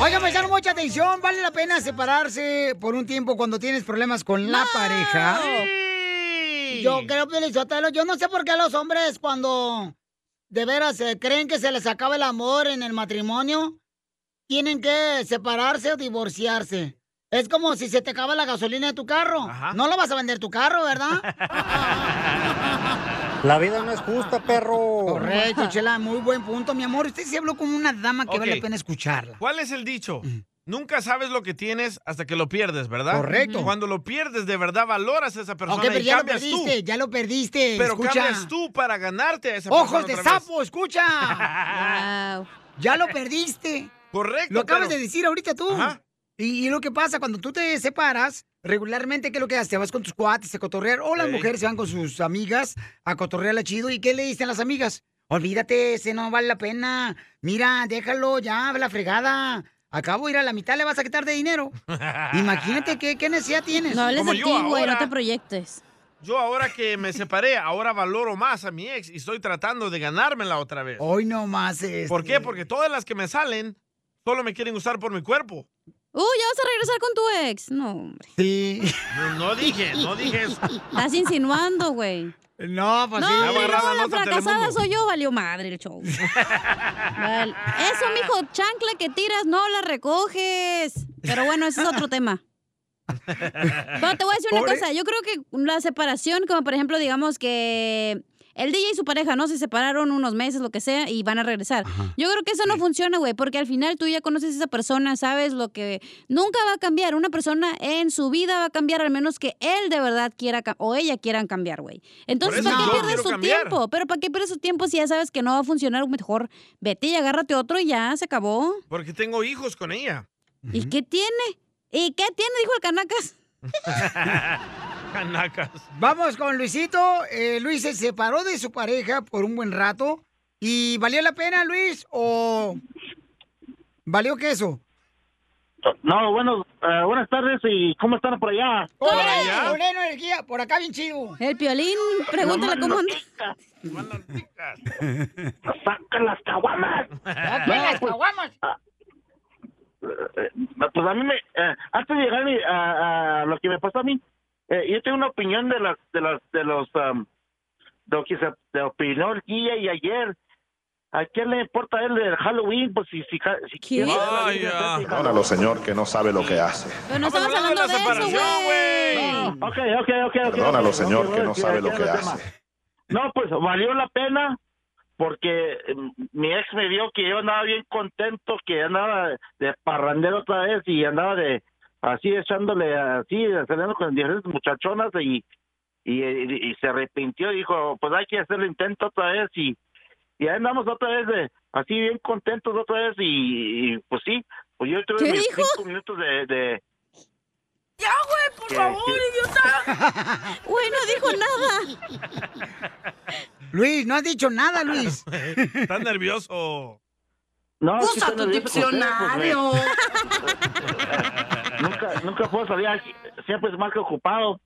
Speaker 1: Oigan, prestaron mucha atención. Vale la pena separarse por un tiempo cuando tienes problemas con la pareja. Yo creo, Pelizotelo, yo no sé por qué los hombres cuando de veras eh, creen que se les acaba el amor en el matrimonio, tienen que separarse o divorciarse. Es como si se te acaba la gasolina de tu carro. No lo vas a vender tu carro, ¿verdad?
Speaker 14: La vida no es justa, perro.
Speaker 1: Correcto, Chela, muy buen punto, mi amor. Usted sí habló como una dama que vale
Speaker 2: Ok.
Speaker 1: la pena escucharla.
Speaker 2: ¿Cuál es el dicho? Nunca sabes lo que tienes hasta que lo pierdes, ¿verdad?
Speaker 1: Correcto.
Speaker 2: Cuando lo pierdes, de verdad valoras a esa persona
Speaker 1: Ok, pero
Speaker 2: y
Speaker 1: ya lo
Speaker 2: cambias
Speaker 1: perdiste,
Speaker 2: tú.
Speaker 1: ya lo perdiste.
Speaker 2: Pero
Speaker 1: escucha.
Speaker 2: cambias tú para ganarte a esa persona.
Speaker 1: ¡Ojos de
Speaker 2: otra vez.
Speaker 1: sapo, escucha! Ya lo perdiste.
Speaker 2: Correcto.
Speaker 1: Lo acabas
Speaker 2: pero-
Speaker 1: de decir ahorita tú. Y, y lo que pasa, cuando tú te separas, regularmente, ¿qué es lo que haces? Te vas con tus cuates a cotorrear, o las
Speaker 2: Ey.
Speaker 1: mujeres se van con sus amigas a cotorrearla chido. ¿Y qué le dicen las amigas? Olvídate, ese no vale la pena. Mira, déjalo, ya, la fregada. Acabo de ir a la mitad, le vas a quitar de dinero. Imagínate qué, qué necesidad tienes.
Speaker 8: No hables
Speaker 2: Como
Speaker 8: de
Speaker 2: yo
Speaker 8: ti, güey,
Speaker 2: ahora.
Speaker 8: no te proyectes.
Speaker 2: Yo ahora que me separé, ahora valoro más a mi ex y estoy tratando de ganármela otra vez.
Speaker 1: Hoy no más este es.
Speaker 2: ¿Por qué? Porque todas las que me salen solo me quieren usar por mi cuerpo.
Speaker 8: Uh, ya vas a regresar con tu ex. No, hombre.
Speaker 1: Sí.
Speaker 2: No, no dije, no dije eso.
Speaker 8: Estás insinuando, güey.
Speaker 1: No,
Speaker 8: No,
Speaker 2: pues sí.
Speaker 8: hombre,
Speaker 2: Agarra
Speaker 8: no,
Speaker 2: la
Speaker 8: la
Speaker 2: nota,
Speaker 8: fracasada
Speaker 2: Telemundo.
Speaker 8: soy yo, valió madre el show. Val- Eso, mijo, chancla que tiras, no la recoges. Pero bueno, ese es otro tema. Pero te voy a decir una
Speaker 16: Pobre-
Speaker 8: cosa, yo creo que la separación, como por ejemplo, digamos que el DJ y su pareja, ¿no? Se separaron unos meses, lo que sea, y van a regresar. Yo creo que eso no funciona, güey, porque al final tú ya conoces a esa persona, sabes lo que... Nunca va a cambiar, una persona en su vida va a cambiar, al menos que él de verdad quiera ca- o ella quieran cambiar, güey. Entonces,
Speaker 16: Por eso
Speaker 8: ¿para qué
Speaker 16: yo
Speaker 8: pierdes
Speaker 16: quiero
Speaker 8: tu
Speaker 16: cambiar.
Speaker 8: tiempo? Pero ¿para qué pierdes tu tiempo si ya sabes que no va a funcionar? Mejor vete y agárrate otro y ya, se acabó.
Speaker 2: Porque tengo hijos con ella.
Speaker 8: ¿Y qué tiene? ¿Y qué tiene? Dijo el canacas.
Speaker 2: Canacas.
Speaker 1: Vamos con Luisito. Eh, Luis se separó de su pareja por un buen rato. ¿Y valió la pena, Luis? ¿O valió queso?
Speaker 17: No, bueno, eh, buenas tardes y ¿cómo están por allá?
Speaker 1: ¡Hola! Con energía, por acá bien chido.
Speaker 8: El piolín, pregúntale cómo anda.
Speaker 17: ¡Saca las caguamas! pues,
Speaker 1: las caguamas!
Speaker 17: Eh, Pues a mí me... eh, antes de llegar a mi- a, a lo que me pasó a mí, eh, yo tengo una opinión de las... de las... de los... am, de lo que se de opinó el guía y ayer. ¿A quién le importa el del Halloween? Pues si... si, ca- si si-
Speaker 18: Perdónalo, Señor, que no sabe lo que hace.
Speaker 8: Pero no estamos hablando de eso, güey.
Speaker 17: Ok, ok, ok, ok.
Speaker 18: Perdónalo,
Speaker 17: ok,
Speaker 18: Señor,
Speaker 17: ok,
Speaker 18: que no
Speaker 17: ok,
Speaker 18: sabe
Speaker 17: ok,
Speaker 18: lo que
Speaker 17: ok,
Speaker 18: hace.
Speaker 17: No, pues valió la pena porque eh, mi ex me vio que yo andaba bien contento, que andaba de parrandero otra vez y andaba de así echándole así, saliendo con diferentes muchachonas y, y, y- y se arrepintió y dijo, pues hay que hacer el intento otra vez y, y ahí andamos otra vez de, así bien contentos otra vez y, y, pues sí, pues yo tuve
Speaker 16: ¿Qué
Speaker 17: mis
Speaker 16: dijo?
Speaker 17: cinco minutos de... de
Speaker 16: Ya, güey, por
Speaker 17: ¿Qué,
Speaker 16: favor,
Speaker 17: qué?
Speaker 16: idiota.
Speaker 8: Güey, no dijo nada.
Speaker 1: Luis, no has dicho nada, Luis.
Speaker 2: Estás nervioso.
Speaker 17: No, es que
Speaker 10: Usa
Speaker 17: estoy
Speaker 10: tu
Speaker 17: nervioso con ustedes, pues, güey.
Speaker 10: diccionario.
Speaker 17: nunca, nunca puedo salir, aquí, siempre es más que ocupado.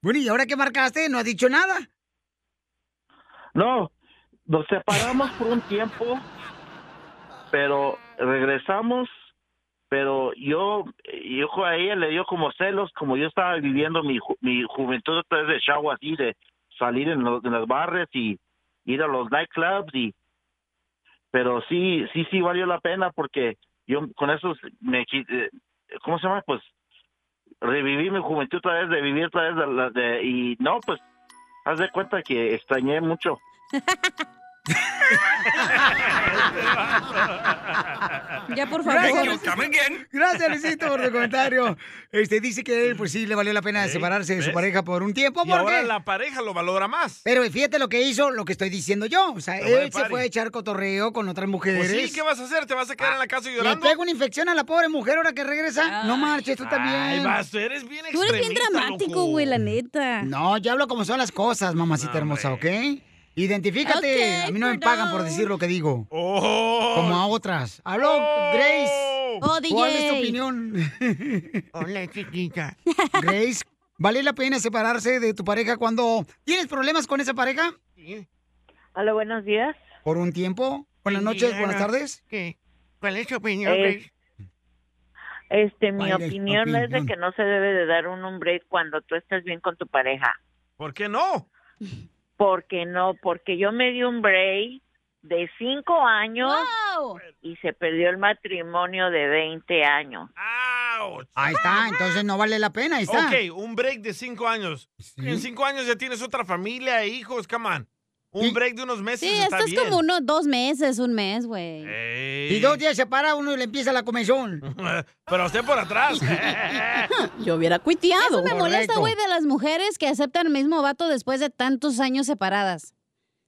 Speaker 1: Bueno, ¿y ahora qué marcaste? ¿No ha dicho nada?
Speaker 17: No, nos separamos por un tiempo, pero regresamos, pero yo, yo co- a ella le dio como celos, como yo estaba viviendo mi, ju- mi juventud otra vez de chavo así, de salir en, los, en las barres y ir a los nightclubs y, pero sí, sí, sí valió la pena porque yo con eso me, qui- eh, ¿cómo se llama? Pues reviví mi juventud otra vez, de vivir otra vez, de, la- de- y no, pues, haz de cuenta que extrañé mucho.
Speaker 8: Ya, por
Speaker 1: favor.
Speaker 10: Thank you, come again.
Speaker 1: Gracias, Luisito, por tu comentario. Este dice que él, pues sí, le valió la pena separarse de su
Speaker 2: ¿ves?
Speaker 1: pareja por un tiempo.
Speaker 2: Y
Speaker 1: ¿por
Speaker 2: ahora
Speaker 1: qué?
Speaker 2: la pareja lo valora más.
Speaker 1: Pero fíjate lo que hizo, lo que estoy diciendo yo. O sea,
Speaker 2: Se fue de
Speaker 1: él se
Speaker 2: party.
Speaker 1: fue a echar cotorreo con otras mujeres.
Speaker 2: Pues sí, ¿qué vas a hacer? ¿Te vas a quedar en la casa
Speaker 1: Ah, Le
Speaker 2: llorando?
Speaker 1: pega una infección a la pobre mujer ahora que regresa. No marches, tú también.
Speaker 2: Ay, vas, tú eres bien
Speaker 8: Tú eres bien
Speaker 2: extremista,
Speaker 8: dramático,
Speaker 2: loco.
Speaker 8: güey, la neta.
Speaker 1: No, ya hablo como son las cosas, mamacita hermosa, ¿ok? Identifícate.
Speaker 8: Ok,
Speaker 1: a mí no me
Speaker 8: perdón.
Speaker 1: pagan por decir lo que digo.
Speaker 2: Oh.
Speaker 1: Como a otras. Hablo, Grace.
Speaker 8: Oh,
Speaker 1: ¿Cuál es tu
Speaker 8: DJ.
Speaker 1: opinión? Hola, chiquita. Grace, ¿vale la pena separarse de tu pareja cuando tienes problemas con esa pareja?
Speaker 7: Hola, buenos días.
Speaker 1: ¿Por un tiempo? ¿Buenas noches? ¿Buenas tardes?
Speaker 7: ¿Qué? ¿Cuál es tu
Speaker 1: opinión, Grace?
Speaker 7: Este, mi
Speaker 1: ¿Cuál es tu
Speaker 7: opinión es, de
Speaker 1: opinión?
Speaker 7: que no se debe de dar un un break cuando tú estás bien con tu pareja.
Speaker 2: ¿Por qué no?
Speaker 7: Porque no, porque yo me di un break de cinco años y se perdió el matrimonio de 20 años.
Speaker 1: Ahí está, entonces no vale la pena, ahí está.
Speaker 2: Ok, un break de cinco años. En cinco años ya tienes otra familia, hijos, come on. Un break de unos meses
Speaker 8: Sí,
Speaker 2: está
Speaker 8: estás
Speaker 2: bien.
Speaker 8: como unos dos meses, un mes, güey.
Speaker 10: Eh,
Speaker 1: Y dos días se para uno y le empieza la comezón.
Speaker 2: Pero usted por atrás.
Speaker 8: Yo hubiera cuiteado. Eso me molesta,
Speaker 1: Correcto.
Speaker 8: güey, de las mujeres que aceptan el mismo vato después de tantos años separadas.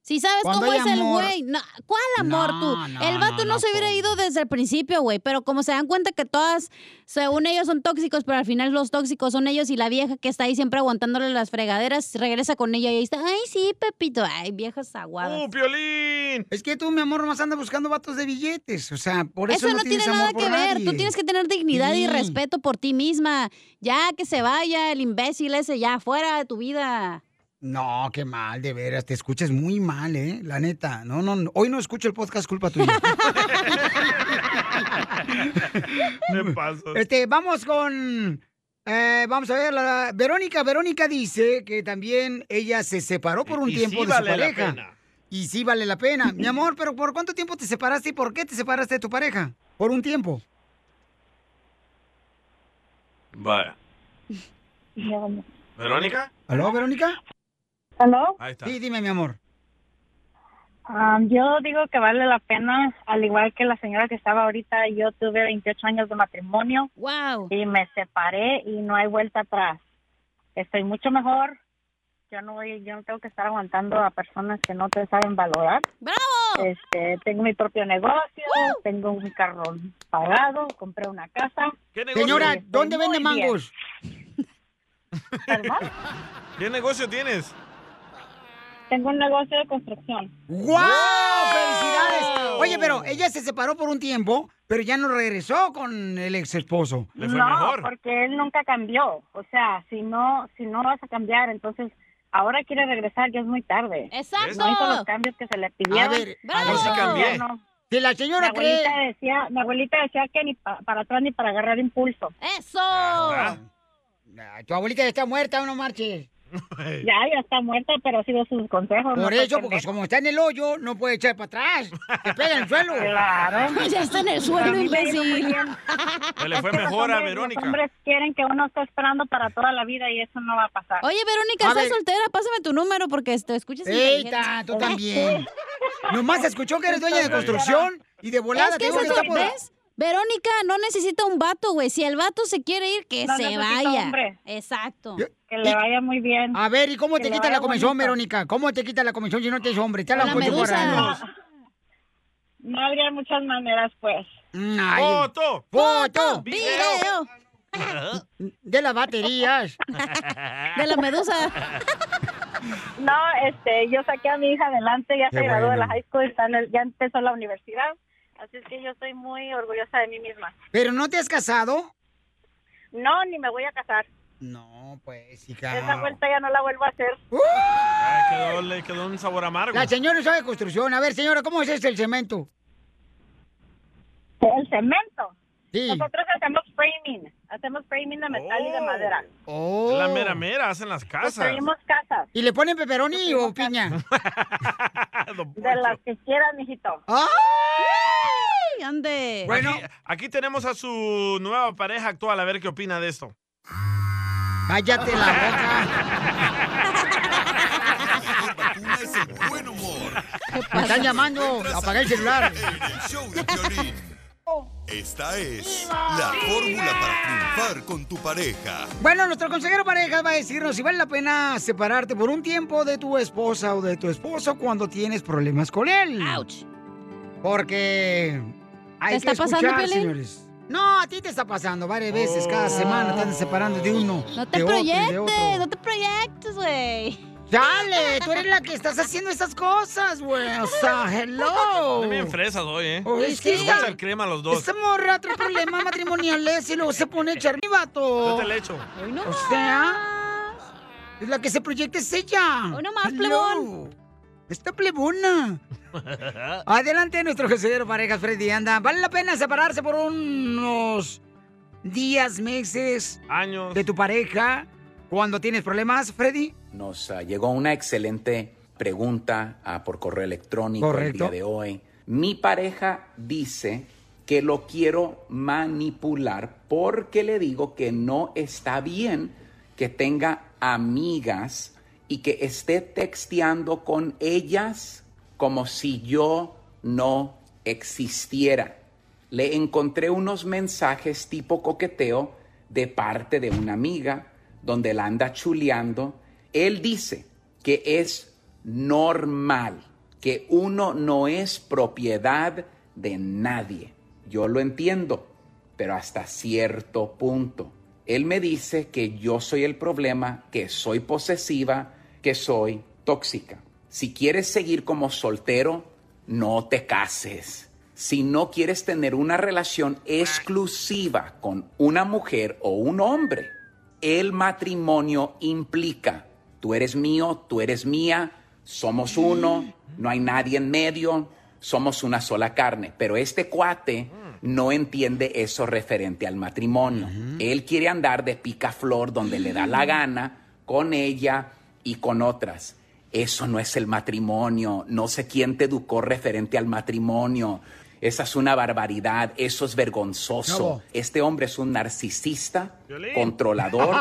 Speaker 8: Si sabes
Speaker 10: Cuando
Speaker 8: cómo
Speaker 10: hay
Speaker 8: es el
Speaker 10: amor.
Speaker 8: güey. No, ¿Cuál amor
Speaker 10: No,
Speaker 8: tú?
Speaker 10: no,
Speaker 8: el vato no, se hubiera ido desde el principio, güey. Pero como se dan cuenta que todas, según ellos, son tóxicos, pero al final los tóxicos son ellos y la vieja que está ahí siempre aguantándole las fregaderas regresa con ella y ahí está. Ay, sí, Pepito. Ay, viejas aguadas.
Speaker 2: ¡Uh, Piolín!
Speaker 1: Es que tú, mi amor, nomás andas buscando vatos de billetes. O sea, por eso,
Speaker 8: eso, no, tiene
Speaker 1: tienes
Speaker 8: nada
Speaker 1: amor por
Speaker 8: que ver.
Speaker 1: nadie.
Speaker 8: Tú tienes que tener dignidad
Speaker 1: Sí.
Speaker 8: y respeto por ti misma. Ya que se vaya el imbécil ese, ya fuera de tu vida.
Speaker 1: No, qué mal, de veras, te escuchas muy mal, ¿eh? La neta. No, no, no, hoy no escucho el podcast, culpa tuya.
Speaker 2: Me paso.
Speaker 1: este, vamos con... eh, vamos a ver, la, Verónica, Verónica dice que también ella se separó por un
Speaker 2: Y
Speaker 1: tiempo
Speaker 2: sí
Speaker 1: de
Speaker 2: vale
Speaker 1: su
Speaker 2: la
Speaker 1: pareja.
Speaker 2: pena.
Speaker 1: Y sí vale la pena. Mi amor, pero ¿por cuánto tiempo te separaste y por qué te separaste de tu pareja? Por un tiempo.
Speaker 2: Vaya. ¿Verónica?
Speaker 1: ¿Aló, Verónica?
Speaker 13: ¿Aló?
Speaker 2: Ahí está.
Speaker 1: Sí, dime, mi amor.
Speaker 13: Am, yo digo que vale la pena, al igual que la señora que estaba ahorita, yo tuve 28 años de matrimonio.
Speaker 8: Wow.
Speaker 13: Y me separé y no hay vuelta atrás. Estoy mucho mejor. Yo no voy, yo no tengo que estar aguantando a personas que no te saben valorar.
Speaker 8: ¡Bravo!
Speaker 13: Este, tengo mi propio negocio, tengo un carro pagado, compré una casa.
Speaker 1: Señora,
Speaker 13: Y estoy
Speaker 1: ¿dónde
Speaker 13: muy
Speaker 1: vende
Speaker 13: bien.
Speaker 1: mangos?
Speaker 2: ¿Qué negocio tienes?
Speaker 13: Tengo un negocio de construcción.
Speaker 1: ¡Wow! ¡Felicidades! Oye, pero ella se separó por un tiempo, pero ya no regresó con el ex esposo.
Speaker 13: no, porque él nunca cambió. O sea, si no, si no vas a cambiar, entonces ahora quiere regresar, ya es muy tarde.
Speaker 8: Exacto.
Speaker 13: No hizo los cambios que se le pidieron.
Speaker 1: A ver, a ver si cambié.
Speaker 13: No, no.
Speaker 1: Si la señora
Speaker 13: mi abuelita
Speaker 1: cree-
Speaker 13: decía, mi abuelita decía que ni pa- para atrás ni para agarrar impulso.
Speaker 8: Eso.
Speaker 2: Ah.
Speaker 1: Ay, Tu abuelita ya está muerta, no marches.
Speaker 13: Ya, ya está muerta, pero sigo sus consejos.
Speaker 1: Por eso, porque como está en el hoyo, no puede echar para atrás. Se pega en el suelo.
Speaker 13: Claro. A mí me dijo muy bien.
Speaker 2: Se le
Speaker 13: Es que
Speaker 2: fue
Speaker 13: los
Speaker 2: mejor a
Speaker 13: hombres- Los
Speaker 2: Verónica.
Speaker 13: hombres quieren que uno esté esperando para toda la vida y eso no va a pasar.
Speaker 8: Oye, Verónica, ¿estás soltera? Pásame tu número porque te escuchas
Speaker 1: Eita, tú también. Nomás escuchó que eres dueña de construcción y de volada
Speaker 8: Es que
Speaker 1: te digo
Speaker 8: esa
Speaker 1: que
Speaker 8: es
Speaker 1: está
Speaker 8: otra-
Speaker 1: por-
Speaker 8: ¿ves? Verónica no necesita un vato, güey. Si el vato se quiere ir, que
Speaker 13: No
Speaker 8: se
Speaker 13: necesita
Speaker 8: vaya.
Speaker 13: hombre.
Speaker 8: Exacto.
Speaker 13: Oh, Que le vaya muy bien.
Speaker 1: A ver, ¿y cómo
Speaker 13: Que
Speaker 1: te
Speaker 13: le
Speaker 1: quita
Speaker 13: vaya
Speaker 1: la comisión,
Speaker 13: bonito.
Speaker 1: Verónica? ¿Cómo te quita la comisión si no te es hombre? Te
Speaker 13: Con la
Speaker 1: hablan por
Speaker 13: medusa.
Speaker 1: años.
Speaker 13: No habría muchas maneras, pues.
Speaker 1: Mm, Ay.
Speaker 13: Foto.
Speaker 1: ¡Foto!
Speaker 13: Video.
Speaker 1: De las baterías.
Speaker 13: De
Speaker 8: la medusa.
Speaker 13: No, este, yo saqué a mi hija adelante, ya
Speaker 1: Qué
Speaker 13: se graduó de la
Speaker 1: bueno.
Speaker 13: high school, está en el- ya empezó la universidad.
Speaker 11: Así es que yo estoy muy orgullosa de mí misma.
Speaker 1: ¿Pero no te has casado?
Speaker 11: No, ni me voy a casar.
Speaker 1: No, pues,
Speaker 11: Esa
Speaker 1: hija.
Speaker 11: vuelta ya no la vuelvo a hacer.
Speaker 2: Ay, Ah, quedó, le quedó un sabor amargo.
Speaker 1: La señora sabe construcción. A ver, señora, ¿cómo es este el cemento?
Speaker 11: ¿El cemento?
Speaker 1: Sí.
Speaker 11: Nosotros hacemos framing. Hacemos framing de metal y de madera.
Speaker 1: Oh.
Speaker 2: La mera mera, hacen
Speaker 11: Pues
Speaker 2: las casas.
Speaker 11: Construimos casas.
Speaker 1: ¿Y le ponen pepperoni o piña?
Speaker 11: De las que quieran, mijito.
Speaker 8: ¡Ay! ¡Ande!
Speaker 13: Eh,
Speaker 2: Bueno, aquí, aquí tenemos a su nueva pareja actual, a ver qué opina de esto.
Speaker 1: Cállate la boca. Me están llamando. Apagué el celular.
Speaker 9: Esta es la fórmula para triunfar con tu pareja.
Speaker 1: Bueno, nuestro consejero pareja va a decirnos si vale la pena separarte por un tiempo de tu esposa o de tu esposo cuando tienes problemas con él. Porque hay
Speaker 8: ¿Te
Speaker 1: que
Speaker 8: está pasando,
Speaker 1: escuchar,
Speaker 8: Piolín?
Speaker 1: señores. No, a ti te está pasando varias veces. Cada semana te andas separando de uno.
Speaker 8: Oh. No te
Speaker 1: de otro y de otro.
Speaker 8: proyectes, no te proyectes, güey.
Speaker 1: Dale, tú eres la que estás haciendo esas cosas, güey. O sea, hello.
Speaker 2: Están bien fresas hoy, ¿eh?
Speaker 1: Oh, es que
Speaker 2: Les gusta
Speaker 1: esta-
Speaker 2: el crema a los dos.
Speaker 1: Esta morra trae problemas matrimoniales y luego se pone a echar mi vato.
Speaker 2: Yo te la echo.
Speaker 1: O sea, es la que se proyecta es ella.
Speaker 8: Hoy nomás,
Speaker 1: Hello.
Speaker 8: plebón.
Speaker 1: Esta plebona. Adelante nuestro consejero parejas, Freddy. Anda, ¿vale la pena separarse por unos días, meses,
Speaker 2: años
Speaker 1: de tu pareja cuando tienes problemas, Freddy?
Speaker 19: Nos ah, llegó una excelente pregunta ah, por correo electrónico
Speaker 1: Correcto.
Speaker 19: el día de hoy. Mi pareja dice que lo quiero manipular porque le digo que no está bien que tenga amigas y que esté texteando con ellas como si yo no existiera. Le encontré unos mensajes tipo coqueteo de parte de una amiga donde la anda chuleando. Él dice que es normal, que uno no es propiedad de nadie. Yo lo entiendo, pero hasta cierto punto. Él me dice que yo soy el problema, que soy posesiva, que soy tóxica. Si quieres seguir como soltero, no te cases. Si no quieres tener una relación exclusiva con una mujer o un hombre, el matrimonio implica, tú eres mío, tú eres mía, somos uno, no hay nadie en medio, somos una sola carne. Pero este cuate no entiende eso referente al matrimonio. Él quiere andar de picaflor donde le da la gana con ella y con otras. Eso no es el matrimonio. No sé quién te educó referente al matrimonio. Esa es una barbaridad. Eso es vergonzoso.
Speaker 20: Bravo.
Speaker 19: Este hombre es un narcisista,
Speaker 20: Violín.
Speaker 19: controlador,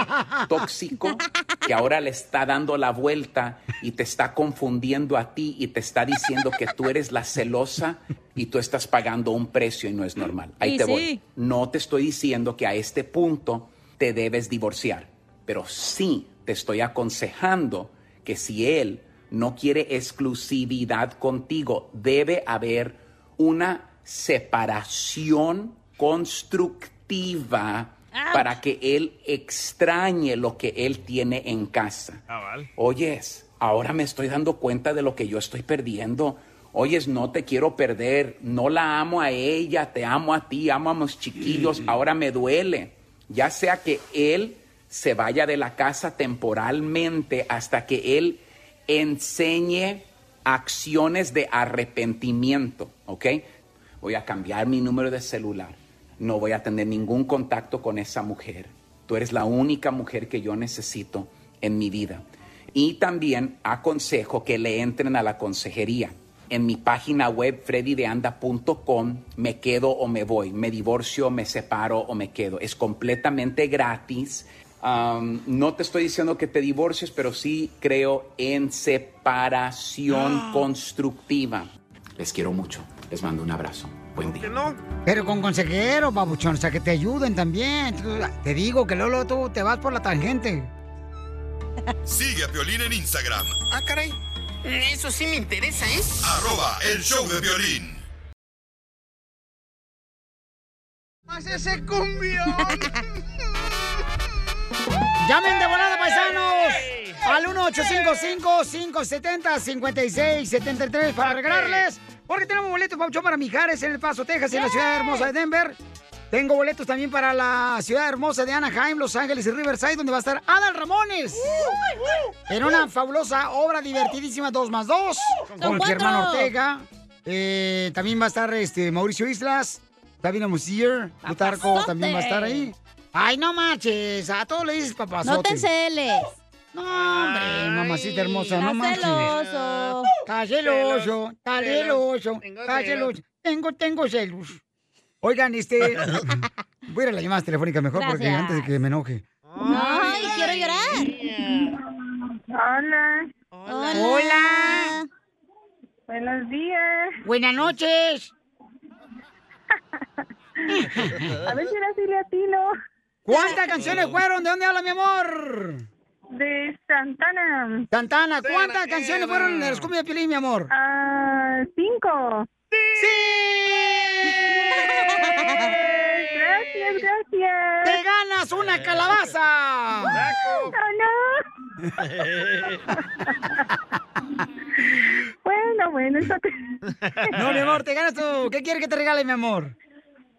Speaker 19: tóxico, que ahora le está dando la vuelta y te está confundiendo a ti y te está diciendo que tú eres la celosa y tú estás pagando un precio y no es normal. Ahí
Speaker 20: Y
Speaker 19: te
Speaker 20: sí.
Speaker 19: voy. No te estoy diciendo que a este punto te debes divorciar, pero sí te estoy aconsejando que si él no quiere exclusividad contigo, debe haber una separación constructiva para que él extrañe lo que él tiene en casa. Oyes, ahora me estoy dando cuenta de lo que yo estoy perdiendo. Oyes, no te quiero perder, no la amo a ella, te amo a ti, amo a mis chiquillos, ahora me duele. Ya sea que él se vaya de la casa temporalmente hasta que él enseñe acciones de arrepentimiento, ¿ok? Voy a cambiar mi número de celular, no voy a tener ningún contacto con esa mujer. Tú eres la única mujer que yo necesito en mi vida. Y también aconsejo que le entren a la consejería. En mi página web freddydeanda.com me quedo o me voy, me divorcio, me separo o me quedo. Es completamente gratis. Am, no te estoy diciendo que te divorcies, pero sí creo en separación
Speaker 1: Ah.
Speaker 19: constructiva. Les quiero mucho. Les mando un abrazo.
Speaker 2: Pues
Speaker 19: Buen día.
Speaker 1: Pero con consejero, babuchón, o sea, que te ayuden también. Tú- Te digo que Lolo, tú te vas por la tangente.
Speaker 9: Sigue a Piolín en Instagram,
Speaker 21: Ah, caray. Eso sí me interesa, ¿eh?
Speaker 9: arroba el show de violín.
Speaker 21: Más ese cumbión.
Speaker 1: ¡Llamen de volada, paisanos! al 1855-570-5673 para regalarles. Porque tenemos boletos, Pauchón, para Mijares en El Paso, Texas, y en la ciudad hermosa de Denver. Tengo boletos también para la ciudad hermosa de Anaheim, Los Ángeles y Riverside, donde va a estar Adal Ramones. En una fabulosa obra divertidísima, 2 más 2,
Speaker 8: Uh,
Speaker 1: con mi
Speaker 16: cuatro.
Speaker 1: hermano Ortega. Eh, también va a estar este, Mauricio Islas, Davina Musier, Plutarco también va a estar ahí. Ay, no marches, a todos le dices papazote.
Speaker 8: No te enceles.
Speaker 1: No, hombre, mamacita hermosa, no
Speaker 8: Está
Speaker 1: marches.
Speaker 8: celoso.
Speaker 1: Está celoso, está
Speaker 8: Celos.
Speaker 1: celoso,
Speaker 8: Tengo
Speaker 1: está
Speaker 8: celos.
Speaker 1: celoso. Tengo, tengo celos. Oigan, este... Voy a ir a las llamadas telefónicas mejor porque
Speaker 8: Gracias.
Speaker 1: antes de que me enoje.
Speaker 8: Ay, quiero llorar.
Speaker 11: Hola.
Speaker 8: Hola.
Speaker 1: Hola.
Speaker 11: Buenos días.
Speaker 1: Buenas noches.
Speaker 11: A ver si era así le atino.
Speaker 1: ¿Cuántas canciones fueron? ¿De dónde habla mi amor?
Speaker 11: De Santana.
Speaker 1: Santana, ¿cuántas canciones fueron en el Scooby de Pilín, mi amor?
Speaker 11: Ah, cinco. Gracias, gracias.
Speaker 1: ¡Te ganas
Speaker 5: Eh.
Speaker 1: una calabaza!
Speaker 11: ¡Oh, no! Bueno, bueno, eso te...
Speaker 1: No, mi amor, te ganas tú. ¿Qué quieres que te regale, mi amor?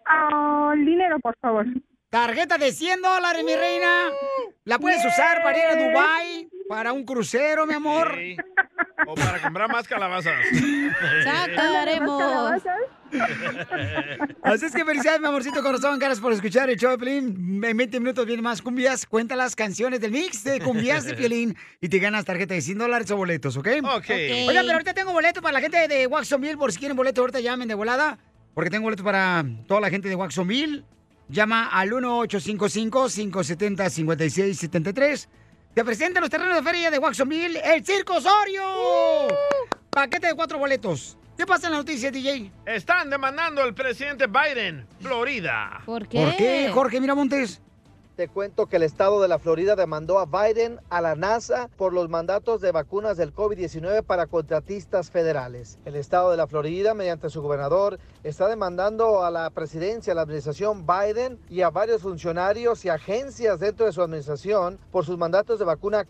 Speaker 11: Ah, dinero, por favor.
Speaker 1: Tarjeta de 100 dólares, mi reina. La puedes usar para ir a Dubai, para un crucero, mi amor.
Speaker 2: O para comprar más calabazas.
Speaker 1: Sacaremos. Así es que felicidades, mi amorcito corazón. Gracias por escuchar el show de Piolín. En 20 minutos vienen más cumbias. Cuenta las canciones del mix de cumbias de Piolín y te ganas tarjeta de 100 dólares o boletos, ¿ok? Ok. Oiga, pero ahorita tengo boletos para la gente de Waxomil. Por si quieren boletos, ahorita llamen de volada. Porque tengo boletos para toda la gente de Waxomil. Llama al 1-855-570-5673. Te presentan los terrenos de feria de Waxomil, el Circo Osorio. Paquete de cuatro boletos. ¿Qué pasa en la noticia, DJ?
Speaker 2: Están demandando al presidente Biden, Florida.
Speaker 1: ¿Por qué, Jorge Miramontes?
Speaker 3: Te cuento que el estado de la Florida demandó a Biden a la NASA por los mandatos de vacunas del COVID-19 para contratistas federales. El estado de la Florida, mediante su gobernador, está demandando a la presidencia, a la administración Biden y a varios funcionarios y agencias dentro de su administración por sus mandatos de vacuna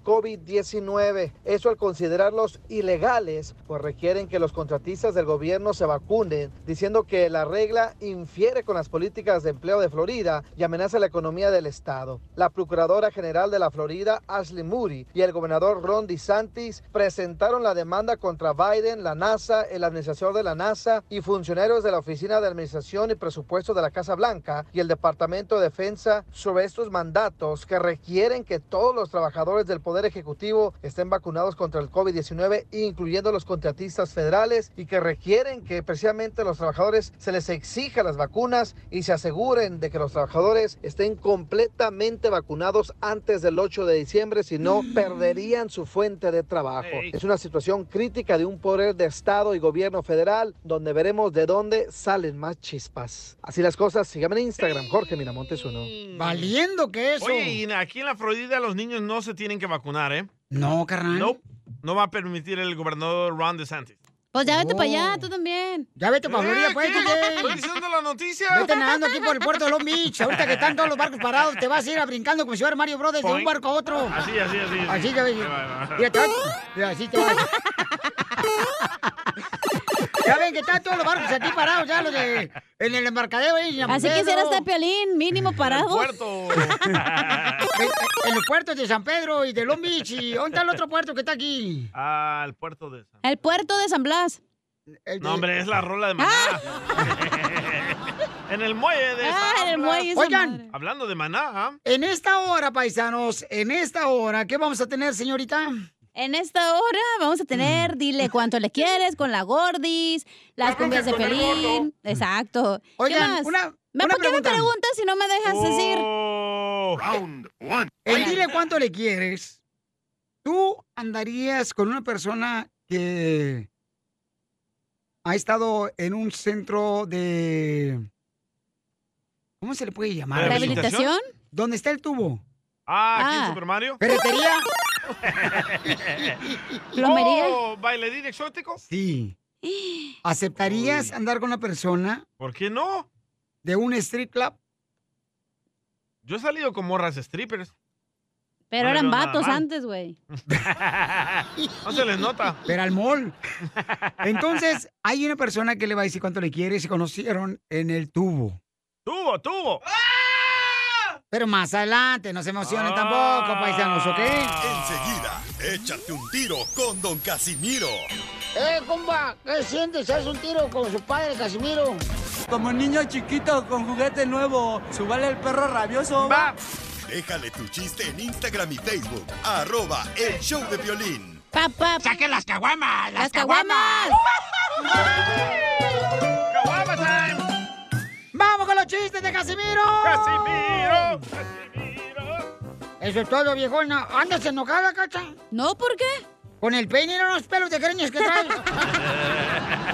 Speaker 3: COVID-19. Eso al considerarlos ilegales, pues requieren que los contratistas del gobierno se vacunen, diciendo que la regla infiere con las políticas de empleo de Florida y amenaza la economía del estado. La procuradora general de la Florida, Ashley Moody, y el gobernador Ron DeSantis presentaron la demanda contra Biden, la NASA, el administrador de la NASA y funcionarios de la Oficina de Administración y Presupuesto de la Casa Blanca y el Departamento de Defensa sobre estos mandatos que requieren que todos los trabajadores del Poder Ejecutivo estén vacunados contra el COVID-19, incluyendo los contratistas federales, y que requieren que precisamente a los trabajadores se les exija las vacunas y se aseguren de que los trabajadores estén completamente vacunados antes del 8 de diciembre, si no
Speaker 2: Mm.
Speaker 3: perderían su fuente de trabajo. Es una situación crítica de un poder de Estado y gobierno federal donde veremos de dónde salen más chispas. Así las cosas, síganme en Instagram, Jorge Miramontes uno.
Speaker 1: Valiendo que eso.
Speaker 2: Oye, y aquí en la Florida los niños no se tienen que vacunar, ¿eh?
Speaker 1: No, carnal.
Speaker 2: No, no va a permitir el gobernador Ron DeSantis.
Speaker 8: Pues ya vete
Speaker 2: Oh.
Speaker 8: para allá, tú también.
Speaker 1: Ya vete
Speaker 2: pa' Florida, pues, tú, güey.
Speaker 1: Estoy
Speaker 2: diciendo la noticia.
Speaker 1: Vete nadando aquí por el puerto de Long Beach. Ahorita que están todos los barcos parados, te vas a ir a brincando como si fuera Mario Brothers de un
Speaker 2: Point.
Speaker 1: barco a otro.
Speaker 2: Así, así, así.
Speaker 1: Así que,
Speaker 2: Ahí va, ahí va.
Speaker 1: mira, te vas- mira, así te vas. Ya ven que están todos los barcos aquí parados, ya los de, en el embarcadero. ahí, en San
Speaker 8: Así que
Speaker 1: Pedro.
Speaker 8: será hasta Piolín, mínimo parado.
Speaker 1: En, en los puertos de San Pedro y de Long Beach. ¿Y dónde está el otro puerto que está aquí?
Speaker 2: Ah, el puerto de San...
Speaker 8: El puerto de San Blas.
Speaker 2: No, hombre,
Speaker 1: Ah.
Speaker 2: es la rola de maná. en el muelle de
Speaker 8: Ah,
Speaker 2: San
Speaker 8: en el muelle, esa
Speaker 1: Oigan.
Speaker 2: Hablando de maná, ¿ah?
Speaker 1: En esta hora, paisanos, en esta hora, ¿qué vamos a tener, señorita?
Speaker 8: En esta hora vamos a tener,
Speaker 1: Mm.
Speaker 8: dile cuánto le quieres, con la gordis, las cumbias de
Speaker 1: con el gordo.
Speaker 8: Pelín. Exacto.
Speaker 1: Oigan,
Speaker 8: ¿Qué más?
Speaker 1: una-
Speaker 8: Ma,
Speaker 1: una
Speaker 8: ¿Por qué
Speaker 1: pregunta.
Speaker 8: me preguntas si no me dejas decir?
Speaker 2: Oh.
Speaker 1: Round one. dile cuánto le quieres. ¿Tú andarías con una persona que ha estado en un centro de. ¿Cómo se le puede llamar?
Speaker 2: ¿Rehabilitación?
Speaker 1: ¿Dónde está el tubo?
Speaker 2: Ah, aquí en
Speaker 1: Ah.
Speaker 2: Super Mario.
Speaker 1: Ferretería. Plomería.
Speaker 2: Oh, bailarín exótico.
Speaker 1: Sí. ¿Aceptarías andar con una persona
Speaker 2: ¿Por qué no?
Speaker 1: de un strip club?
Speaker 2: Yo he salido con morras strippers.
Speaker 8: Pero
Speaker 2: No le
Speaker 8: eran
Speaker 2: veo nada
Speaker 8: vatos
Speaker 2: mal.
Speaker 8: antes, güey.
Speaker 2: No se les nota.
Speaker 1: Pero al mall. Entonces, hay una persona que le va a decir cuánto le quiere y se conocieron en el tubo. ¡Ah!
Speaker 2: Tuvo, tuvo.
Speaker 1: Pero más adelante, no se emocionen
Speaker 2: Ah.
Speaker 1: tampoco, paisanos, ¿ok?
Speaker 9: Enseguida, échate un tiro con Don Casimiro.
Speaker 5: ¡Eh, comba! ¿Qué sientes? ¿Haz un tiro con su padre, Casimiro? Como niño chiquito con juguete nuevo, subale el perro rabioso. ¡Va!
Speaker 9: Déjale tu chiste en Instagram y Facebook. Arroba el show de violín.
Speaker 8: Papá.
Speaker 5: ¡Saque las caguamas!
Speaker 8: ¡Las caguamas!
Speaker 1: ¡Vamos con los chistes de Casimiro! ¡Casimiro! Eso es todo, viejona. ¿Andas enojada, Cacha?
Speaker 8: No, ¿por qué?
Speaker 1: Con el peine y los pelos de greñas que traes.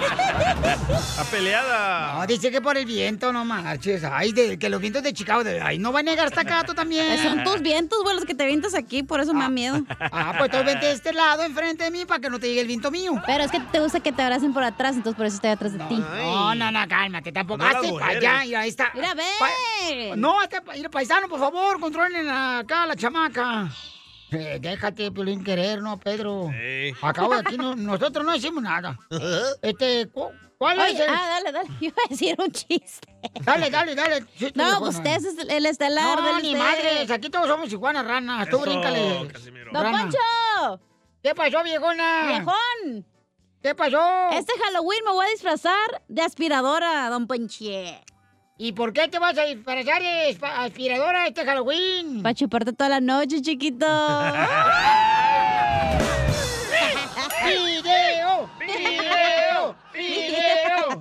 Speaker 2: Está peleada.
Speaker 1: No, dice que por el viento, no marches. Ay, de, que los vientos de Chicago, de- ay, no va a negar hasta acá, tú también.
Speaker 8: Son tus vientos, güey, los que te vientas aquí, por eso me da miedo.
Speaker 1: Ah, pues tú vente de este lado, enfrente de mí, para que no te llegue el viento mío.
Speaker 8: Pero es que te gusta que te abracen por atrás, entonces por eso estoy atrás de ti.
Speaker 1: No, no, no, cálmate, tampoco.
Speaker 8: No las
Speaker 1: Hazte para
Speaker 8: mujeres.
Speaker 1: allá, mira, ahí está. Pues,
Speaker 8: Mira, ve. ¡Eh!
Speaker 1: Pa- No, hazte pa- mira, paisano, por favor, controlen a- acá a la chamaca. Eh, déjate, Piolín, querer, ¿no, Pedro?
Speaker 2: Sí.
Speaker 1: Acabo de aquí, no- nosotros no hicimos nada. Este, ¿cu- ¿cuál es
Speaker 8: Oye,
Speaker 1: el...?
Speaker 8: Ah, dale, dale. Yo iba a decir un chiste.
Speaker 1: Dale, dale, dale. Sí, tú,
Speaker 8: No,
Speaker 1: viejona.
Speaker 8: pues usted es el estelar
Speaker 1: No,
Speaker 8: del
Speaker 1: ni
Speaker 8: este.
Speaker 1: madres, aquí todos somos iguanas ranas. Tú
Speaker 8: Eso,
Speaker 1: bríncale.
Speaker 8: ¡Don
Speaker 1: rana.
Speaker 8: Poncho!
Speaker 1: ¿Qué pasó, viejona?
Speaker 8: ¡Viejón!
Speaker 1: ¿Qué pasó?
Speaker 8: Este Halloween me voy a disfrazar de aspiradora, don Ponche.
Speaker 1: ¿Y por qué te vas a disfrazar de asp- aspiradora este Halloween?
Speaker 8: Para chuparte toda la noche, chiquito.
Speaker 1: ¡Video! ¡Video!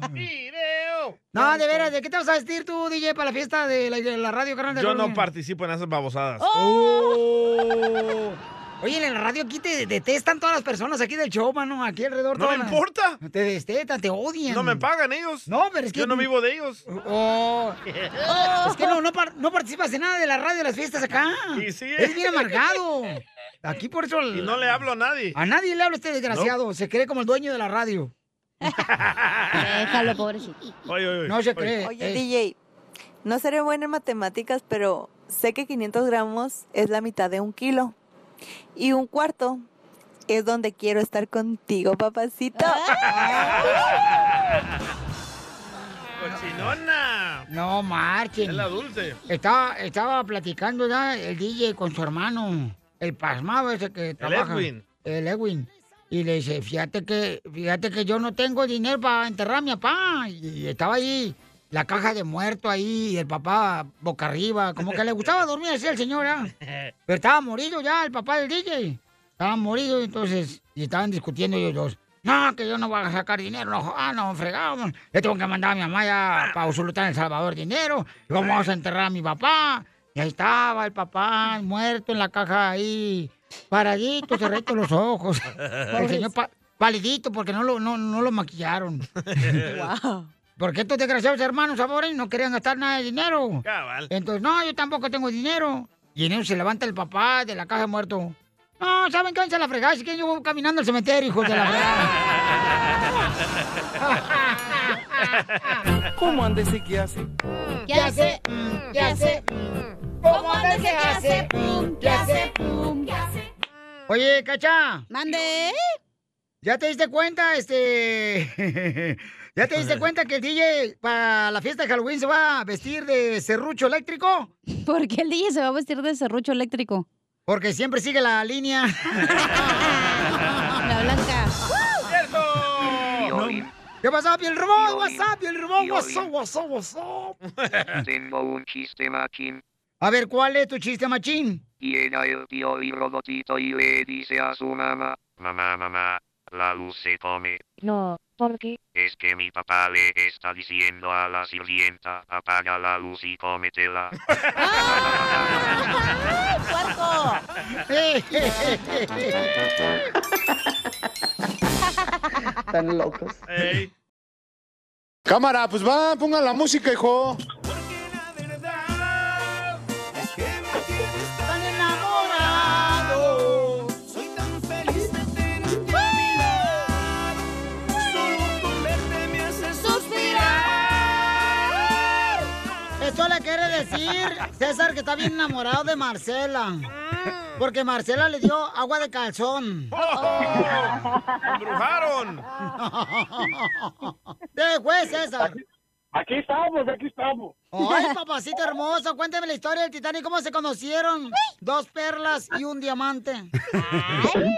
Speaker 1: ¡Video! No, de veras, ¿de qué te vas a vestir tú, DJ, para la fiesta de la, de la radio, carnal? de
Speaker 2: Yo no
Speaker 1: Halloween?
Speaker 2: participo en esas babosadas.
Speaker 1: Oh. Oye, en la radio aquí te detestan todas las personas aquí del show, mano, aquí alrededor.
Speaker 2: No me importa.
Speaker 1: Te detestan, te odian.
Speaker 2: No me pagan ellos.
Speaker 1: No, pero es que...
Speaker 2: Yo no vivo de ellos.
Speaker 1: Oh. Es que no, no, par- no participas de nada de la radio, de las fiestas acá.
Speaker 2: Y sí,
Speaker 1: Es bien amargado. Aquí por eso...
Speaker 2: Y no le hablo a nadie.
Speaker 1: A nadie le habla este desgraciado. Se cree como el dueño de la radio.
Speaker 8: Déjalo, pobrecito.
Speaker 2: Oye, oye, oye.
Speaker 1: No eh. se
Speaker 2: Oye.
Speaker 1: cree.
Speaker 20: Oye, DJ, no seré buena en matemáticas, pero sé que 500 gramos es la mitad de un kilo. Y un cuarto es donde quiero estar contigo, papacito.
Speaker 2: Ah. Cochinona.
Speaker 1: No marchen.
Speaker 2: Es la dulce.
Speaker 1: Estaba, estaba platicando ya el DJ con su hermano, el pasmado ese que trabaja.
Speaker 2: Edwin.
Speaker 1: El Edwin. Y le dice, fíjate que, fíjate que yo no tengo dinero para enterrar a mi papá. Y estaba ahí, la caja de muerto ahí, y el papá boca arriba. Como que le gustaba dormir así al señor, ¿ah? Pero estaba morido ya el papá del DJ. Estaba morido, entonces, y estaban discutiendo ellos dos. No, que yo no voy a sacar dinero. No, ah, no, fregamos. Le tengo que mandar a mi mamá ya para Usuluta en El Salvador dinero. Y vamos a enterrar a mi papá. Y ahí estaba el papá muerto en la caja ahí, paradito, cerrito los ojos. El señor pa- palidito porque no lo, no, no lo maquillaron. Porque estos desgraciados hermanos ahora no querían gastar nada de dinero.
Speaker 2: Cabal.
Speaker 1: Entonces, no, yo tampoco tengo dinero. Y en eso se levanta el papá de la caja de muerto. No, ¿saben qué? Se la fregada, así que yo voy caminando al cementerio, hijos de la fregada.
Speaker 20: ¿Cómo andes y qué hace?
Speaker 1: ¿Qué hace? ¿Qué hace? ¿Cómo andas? ¿Qué hace? ¿Qué hace? Oye, Cacha.
Speaker 8: Mande.
Speaker 1: ¿Ya te diste cuenta, este... ¿Ya te diste cuenta que el DJ para la fiesta de Halloween se va a vestir de serrucho eléctrico?
Speaker 8: ¿Por qué el DJ se va a vestir de serrucho eléctrico?
Speaker 1: Porque siempre sigue la línea.
Speaker 8: La blanca.
Speaker 1: ¿Qué pasó, piel robot?
Speaker 22: Piolín.
Speaker 1: WhatsApp, piel robot,
Speaker 22: Piolín.
Speaker 1: WhatsApp, WhatsApp, WhatsApp.
Speaker 22: Tengo un chiste machín.
Speaker 1: A ver, ¿cuál es tu chiste, machín?
Speaker 22: Llega el tío y robotito y le dice a su mamá,
Speaker 23: Mamá, mamá, la luz se come.
Speaker 22: No, ¿por qué?
Speaker 23: Es que mi papá le está diciendo a la sirvienta, apaga la luz y cómetela.
Speaker 20: Están locos.
Speaker 24: Cámara, pues va, pongan la música, hijo.
Speaker 1: Tan enamorado.
Speaker 10: Soy tan feliz de tenerte a mi lado. Solo con verte me hace suspirar.
Speaker 1: Esto es Chela quiere decir, César, que está bien enamorado de Marcela. Porque Marcela le dio agua de calzón.
Speaker 2: ¡Embrujaron!
Speaker 1: Te fue, César.
Speaker 4: Aquí estamos, aquí estamos.
Speaker 1: Ay, papacito hermoso, cuéntame la historia del Titanic. ¿Cómo se conocieron? Dos perlas y un diamante.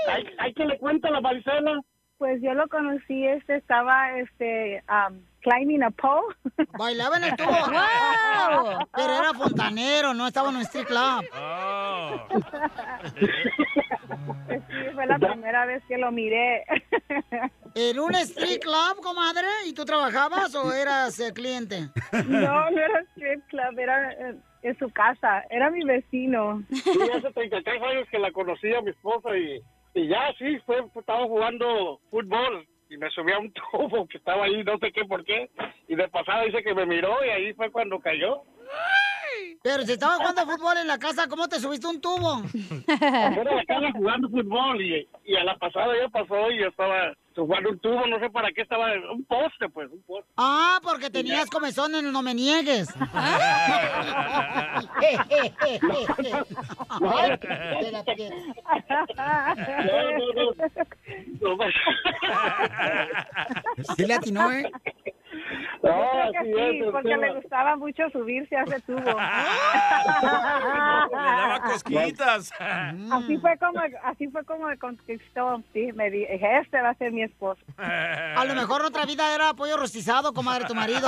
Speaker 4: ¿Hay, hay que le cuenta la varicela?
Speaker 11: Pues yo lo conocí, este estaba este um, climbing a pole.
Speaker 1: Bailaba en el tubo. ¡Wow! Pero era fontanero, no estaba en un street club.
Speaker 11: Pues sí, fue la primera vez que lo miré.
Speaker 1: ¿En un street club, comadre? ¿Y tú trabajabas o eras eh, cliente?
Speaker 11: No, no era strip club, era eh, en su casa, era mi vecino.
Speaker 4: Yo hace 33 años que la conocí a mi esposa y, y ya sí, fue, estaba jugando fútbol y me subí a un tubo que estaba ahí, no sé qué por qué. Y de pasada dice que me miró y ahí fue cuando cayó.
Speaker 1: Pero si estaba jugando fútbol en la casa, ¿cómo te subiste un tubo?
Speaker 4: Afuera de la casa jugando fútbol y, y a la pasada ya pasó y yo estaba jugando un tubo, no sé para qué estaba, un poste pues, un poste.
Speaker 1: Ah, porque tenías comezón en el no me niegues. Te la pegué.
Speaker 4: No, pues,
Speaker 1: Sí le atinó, ¿eh?
Speaker 11: Yo
Speaker 4: No,
Speaker 11: creo
Speaker 4: así
Speaker 11: que sí,
Speaker 4: es el
Speaker 11: porque
Speaker 4: tema.
Speaker 11: le gustaba mucho subirse a ese tubo.
Speaker 2: Le daba cosquillitas.
Speaker 11: Así fue como, así fue como me conquistó. Sí, me di- dije, este va a ser mi esposo.
Speaker 1: A lo mejor en otra vida era pollo rostizado, comadre, tu marido.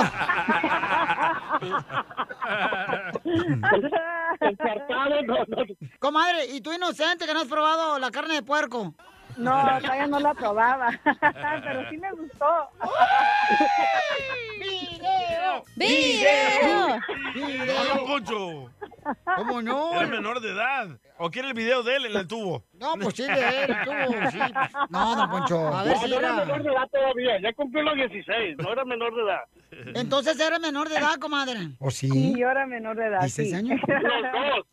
Speaker 1: Comadre, ¿y tú inocente que no has probado la carne de puerco?
Speaker 11: No, todavía no la probaba, pero sí me gustó.
Speaker 1: ¡Video!
Speaker 2: ¡Video!
Speaker 1: ¡Video!
Speaker 2: ¡Don Poncho!
Speaker 1: ¿Cómo no?
Speaker 2: Era menor de edad. ¿O quiere el video de él en el tubo?
Speaker 1: No, pues sí, de él, tú, sí. No, don Poncho. A ver
Speaker 4: no,
Speaker 1: si
Speaker 4: no era
Speaker 1: era.
Speaker 4: menor de edad todavía, ya cumplió los 16, no era menor de edad.
Speaker 1: Entonces era menor de edad, comadre.
Speaker 4: ¿O sí?
Speaker 11: Y yo era menor de edad.
Speaker 1: ¿Dieciséis
Speaker 11: sí.
Speaker 1: años?
Speaker 4: Los dos.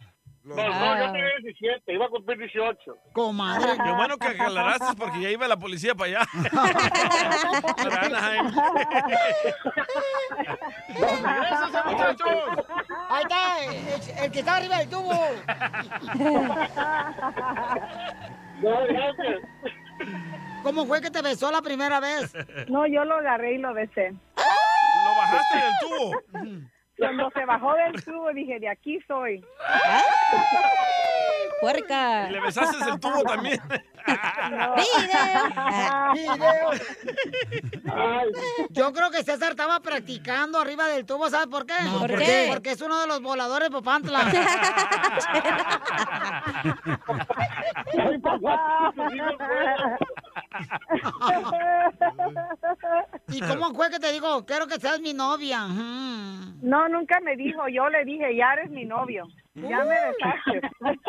Speaker 4: Los dos,
Speaker 2: Ah.
Speaker 4: yo tenía 17, iba a cumplir 18.
Speaker 1: Comadre.
Speaker 2: Qué bueno que aclaraste porque ya iba la policía para allá. Para Anaheim.
Speaker 1: Ahí está, el, el que está arriba del tubo. ¿Cómo fue que te besó la primera vez?
Speaker 11: No, yo lo agarré y lo besé.
Speaker 2: Lo bajaste del tubo.
Speaker 11: Cuando se bajó del tubo dije, de aquí soy.
Speaker 8: ¡Puerca!
Speaker 2: Y le besaste el tubo también.
Speaker 1: Video. Yo creo que César estaba practicando arriba del tubo, ¿sabes por qué?
Speaker 16: ¿Por ¿por qué? qué?
Speaker 1: Porque es uno de los voladores de Popantla. ¿Y cómo fue que te digo, quiero que seas mi novia?
Speaker 11: No, nunca me dijo, yo le dije, ya eres mi novio. Ya me besaste.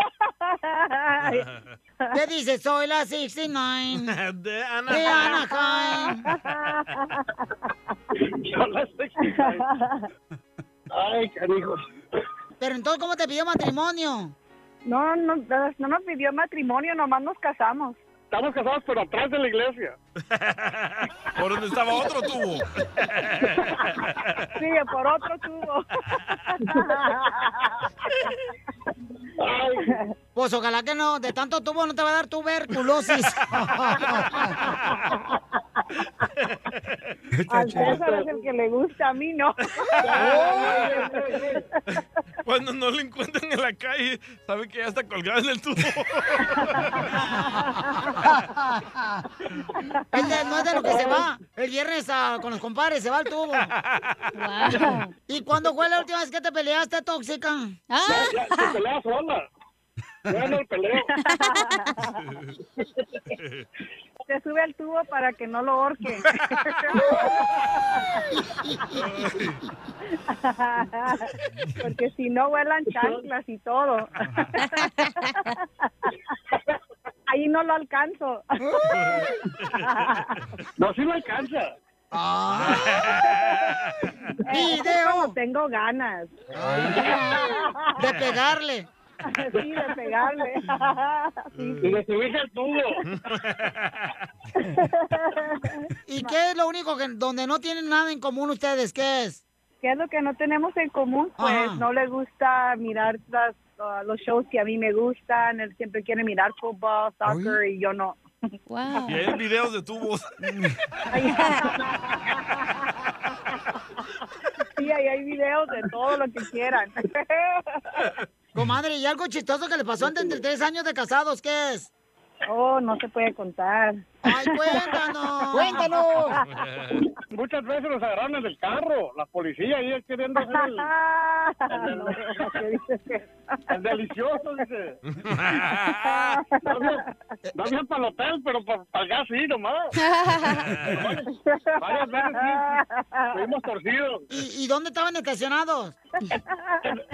Speaker 1: ¿Qué dices? Soy la 69.
Speaker 2: De
Speaker 1: De
Speaker 2: Anaheim.
Speaker 1: Anaheim.
Speaker 4: Yo la sé. Ay, canijo.
Speaker 1: Pero entonces, ¿cómo te pidió matrimonio?
Speaker 11: No, no, no nos pidió matrimonio, nomás nos casamos.
Speaker 4: Estamos casados, pero atrás de la iglesia.
Speaker 2: Por donde estaba otro tubo.
Speaker 11: Sí, por otro tubo.
Speaker 1: Pues ojalá que no, de tanto tubo no te va a dar tuberculosis.
Speaker 11: Al César es el que le gusta, a mí no.
Speaker 2: Cuando no lo encuentran en la calle, saben que ya está colgado en el tubo.
Speaker 1: Es de- Este no es de lo que se va. El viernes ah, con los compadres se va al tubo. ¿Y cuándo fue la última vez que te peleaste, tóxica?
Speaker 4: Ya, ya, te peleas sola. Ya no peleo.
Speaker 11: Se sube al tubo para que no lo ahorquen. Porque si no vuelan chanclas y todo. Ahí no lo alcanzo.
Speaker 4: No, sí lo alcanza.
Speaker 11: Eh, Video. Tengo ganas.
Speaker 1: De pegarle.
Speaker 11: Sí, de pegarle.
Speaker 4: Y le subiste al tubo.
Speaker 1: ¿Y qué es lo único que donde no tienen nada en común ustedes? ¿Qué es?
Speaker 6: qué es lo que no tenemos en común, pues
Speaker 7: Ajá.
Speaker 6: no le gusta mirar las, uh, los shows que a mí me gustan, él siempre quiere mirar fútbol, soccer y yo no.
Speaker 8: Wow.
Speaker 2: Y hay videos de tubos.
Speaker 6: Sí, ahí hay videos de todo lo que quieran.
Speaker 1: Comadre, ¿y algo chistoso que le pasó antes de tres años de casados? ¿Qué es?
Speaker 6: Oh, no se puede contar.
Speaker 1: ¡Ay, cuéntanos! ¡Cuéntanos!
Speaker 4: Muchas veces los agarraron en el carro, la policía ahí queriendo hacer el, el delicioso, dice. No había, no había para el hotel, pero para el gas sí, nomás. Varias veces sí, fuimos torcidos.
Speaker 1: ¿Y, y dónde estaban estacionados?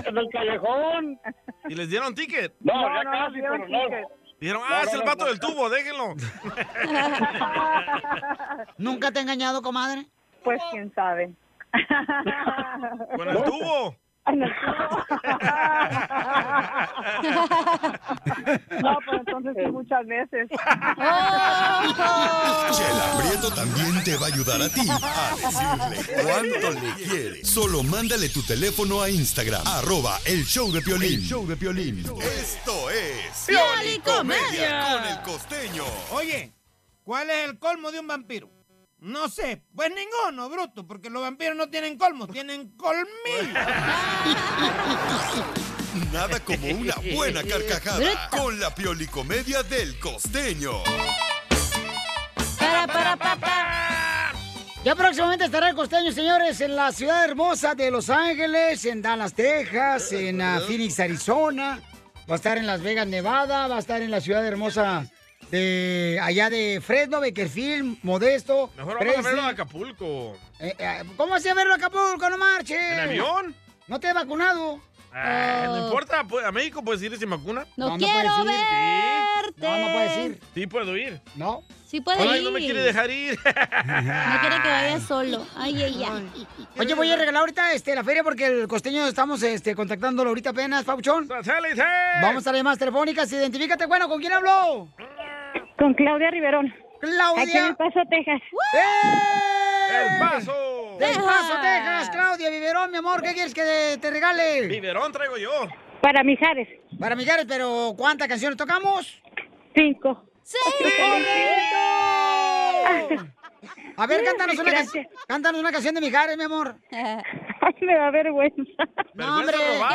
Speaker 4: En el callejón.
Speaker 2: ¿Y les dieron ticket?
Speaker 4: No, No, ya no, casi, dieron pero no. ticket.
Speaker 2: Dijeron,
Speaker 4: No,
Speaker 2: ah, es
Speaker 4: no,
Speaker 2: el
Speaker 4: no,
Speaker 2: vato
Speaker 4: no.
Speaker 2: del tubo, déjenlo.
Speaker 1: ¿Nunca te ha engañado, comadre?
Speaker 6: Pues quién sabe.
Speaker 2: ¿Con el tubo?
Speaker 6: No, pero entonces sí, muchas veces.
Speaker 9: Chela Prieto también te va a ayudar a ti a decirle cuánto le quiere. Solo mándale tu teléfono a Instagram, arroba el show de Piolín.
Speaker 12: El
Speaker 9: show de Piolín. Esto es
Speaker 12: Piolicomedia.
Speaker 9: con el costeño.
Speaker 12: Oye, ¿cuál es el colmo de un vampiro? No sé, pues ninguno, bruto, porque los vampiros no tienen colmos, tienen colmillos.
Speaker 9: Nada como una buena carcajada con la piolicomedia del costeño.
Speaker 1: Para, para, Ya próximamente estará el costeño, señores, en la ciudad hermosa de Los Ángeles, en Dallas, Texas, en ah, Phoenix, Arizona. Va a estar en Las Vegas, Nevada. Va a estar en la ciudad hermosa de allá de Fresno, Bakerfield, Modesto.
Speaker 2: Mejor vamos a
Speaker 1: Fresno.
Speaker 2: verlo a Acapulco.
Speaker 1: Eh, eh, ¿Cómo hacía verlo a Acapulco? No marches.
Speaker 2: ¿En avión?
Speaker 1: No te he vacunado. Oh.
Speaker 2: Ah,
Speaker 8: Oh.
Speaker 2: No importa, pues, a México puedes ir sin vacuna.
Speaker 1: No, No, no quiero puedes ir.
Speaker 2: Sí.
Speaker 1: No, no puedes ir.
Speaker 2: Sí puedo ir.
Speaker 1: No.
Speaker 8: Sí puede
Speaker 2: Ay, no me
Speaker 8: ir.
Speaker 2: quiere dejar ir.
Speaker 8: No quiere que vaya solo. Ay, ay, ay.
Speaker 1: Oye, voy a regalar ahorita este, la feria porque el costeño estamos este, contactándolo ahorita apenas, Pauchón. Vamos a las llamadas telefónicas. Identifícate, bueno, ¿con quién habló?
Speaker 13: Con Claudia Riverón.
Speaker 1: Claudia. ¡Eh!
Speaker 13: Aquí en El Paso, Texas.
Speaker 1: ¡El
Speaker 2: Paso!
Speaker 1: ¡Del Paso,
Speaker 13: Texas.
Speaker 1: Texas! Claudia Viverón, mi amor, ¿qué quieres que te, te regale?
Speaker 2: Viverón traigo yo.
Speaker 1: Para Mijares. Para Mijares, pero ¿cuántas canciones tocamos? Cinco. ¡Correcto! A ver, cántanos una, can-
Speaker 13: Gracias.
Speaker 1: cántanos una canción de Mijares, mi amor.
Speaker 13: Ay, me da vergüenza.
Speaker 1: No, hombre.
Speaker 13: robar.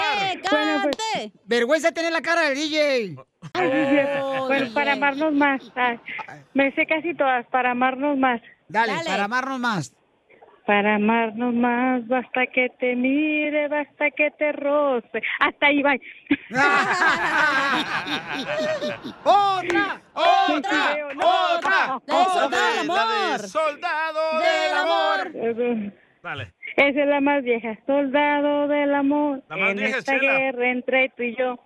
Speaker 13: Bueno, pues.
Speaker 1: Vergüenza tener la cara del DJ.
Speaker 13: Ay, Oh, Dios. Bueno, para amarnos más. Ay, me sé casi todas, para amarnos más.
Speaker 1: Dale, para amarnos más.
Speaker 13: Para amarnos más, basta que te mire, basta que te roce. Hasta ahí va.
Speaker 1: Ah. ¡Otra!
Speaker 13: ¡Otra!
Speaker 2: ¡Otra!
Speaker 13: ¡Otra!
Speaker 2: La de soldado del amor. Dale.
Speaker 13: Esa es la más vieja, soldado del amor.
Speaker 2: La más
Speaker 13: en
Speaker 2: vieja es
Speaker 13: esta
Speaker 2: Chela.
Speaker 13: guerra entre tú y yo.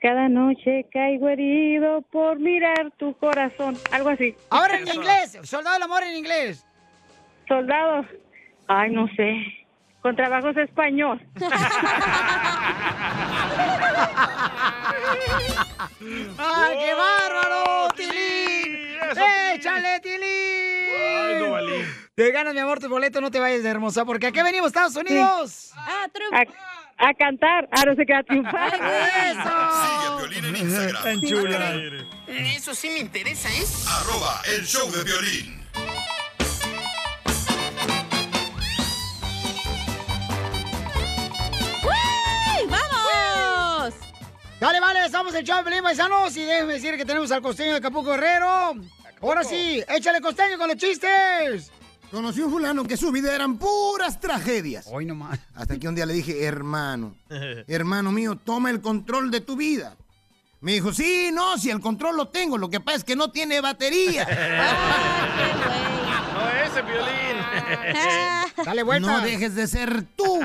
Speaker 13: Cada noche caigo herido por mirar tu corazón. Algo así.
Speaker 1: Ahora en inglés, soldado del amor en inglés.
Speaker 13: Soldado. Ay, no sé. Con trabajos español.
Speaker 1: ¡Ah, qué bárbaro, Tilín! ¡Échale, Tilín!
Speaker 2: no valí.
Speaker 1: Te ganas, mi amor, tu boleto, no te vayas de hermosa, porque aquí venimos, Estados Unidos.
Speaker 13: A, a cantar. Ahora se queda triunfar.
Speaker 9: Sigue a Piolín en Instagram.
Speaker 13: Tan chula.
Speaker 21: Eso sí me interesa, ¿eh? ¿es?
Speaker 9: Arroba el show de violín.
Speaker 1: ¡Uy! ¡Vamos! Dale, vale, estamos en show de Pelín Paisanos y déjenme decir que tenemos al costeño de Capuco Guerrero. Ahora sí, échale costeño con los chistes.
Speaker 15: Conocí un fulano que su vida eran puras tragedias.
Speaker 1: Hoy nomás.
Speaker 15: Hasta que un día le dije, hermano, hermano mío, toma el control de tu vida. Me dijo, sí, no, si el control lo tengo, lo que pasa es que no tiene batería.
Speaker 8: Ah,
Speaker 2: No, ese violín.
Speaker 15: No dejes de ser tú.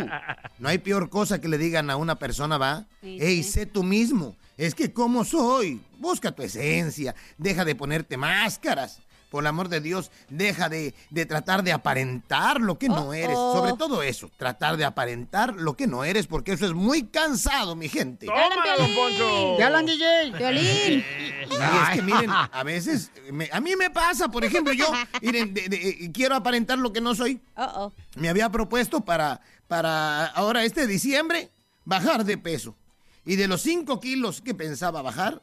Speaker 15: No hay peor cosa que le digan a una persona, ¿va?
Speaker 2: Sí,
Speaker 15: Ey, sé tú mismo. Es que como soy. Busca tu esencia. Deja de ponerte máscaras. Por el amor de Dios, deja de, de tratar de aparentar lo que no eres.
Speaker 13: Uh-oh.
Speaker 15: Sobre todo eso, tratar de aparentar lo que no eres, porque eso es muy cansado, mi gente.
Speaker 1: ¡Tómala, don Poncho! ¡Te hablan, DJ!
Speaker 15: Violín. Y es que miren, a veces, me- a mí me pasa, por ejemplo, yo miren, de- de- eh, quiero aparentar lo que no soy. Me había propuesto para, para ahora este diciembre bajar de peso. Y de los 5 kilos que pensaba bajar,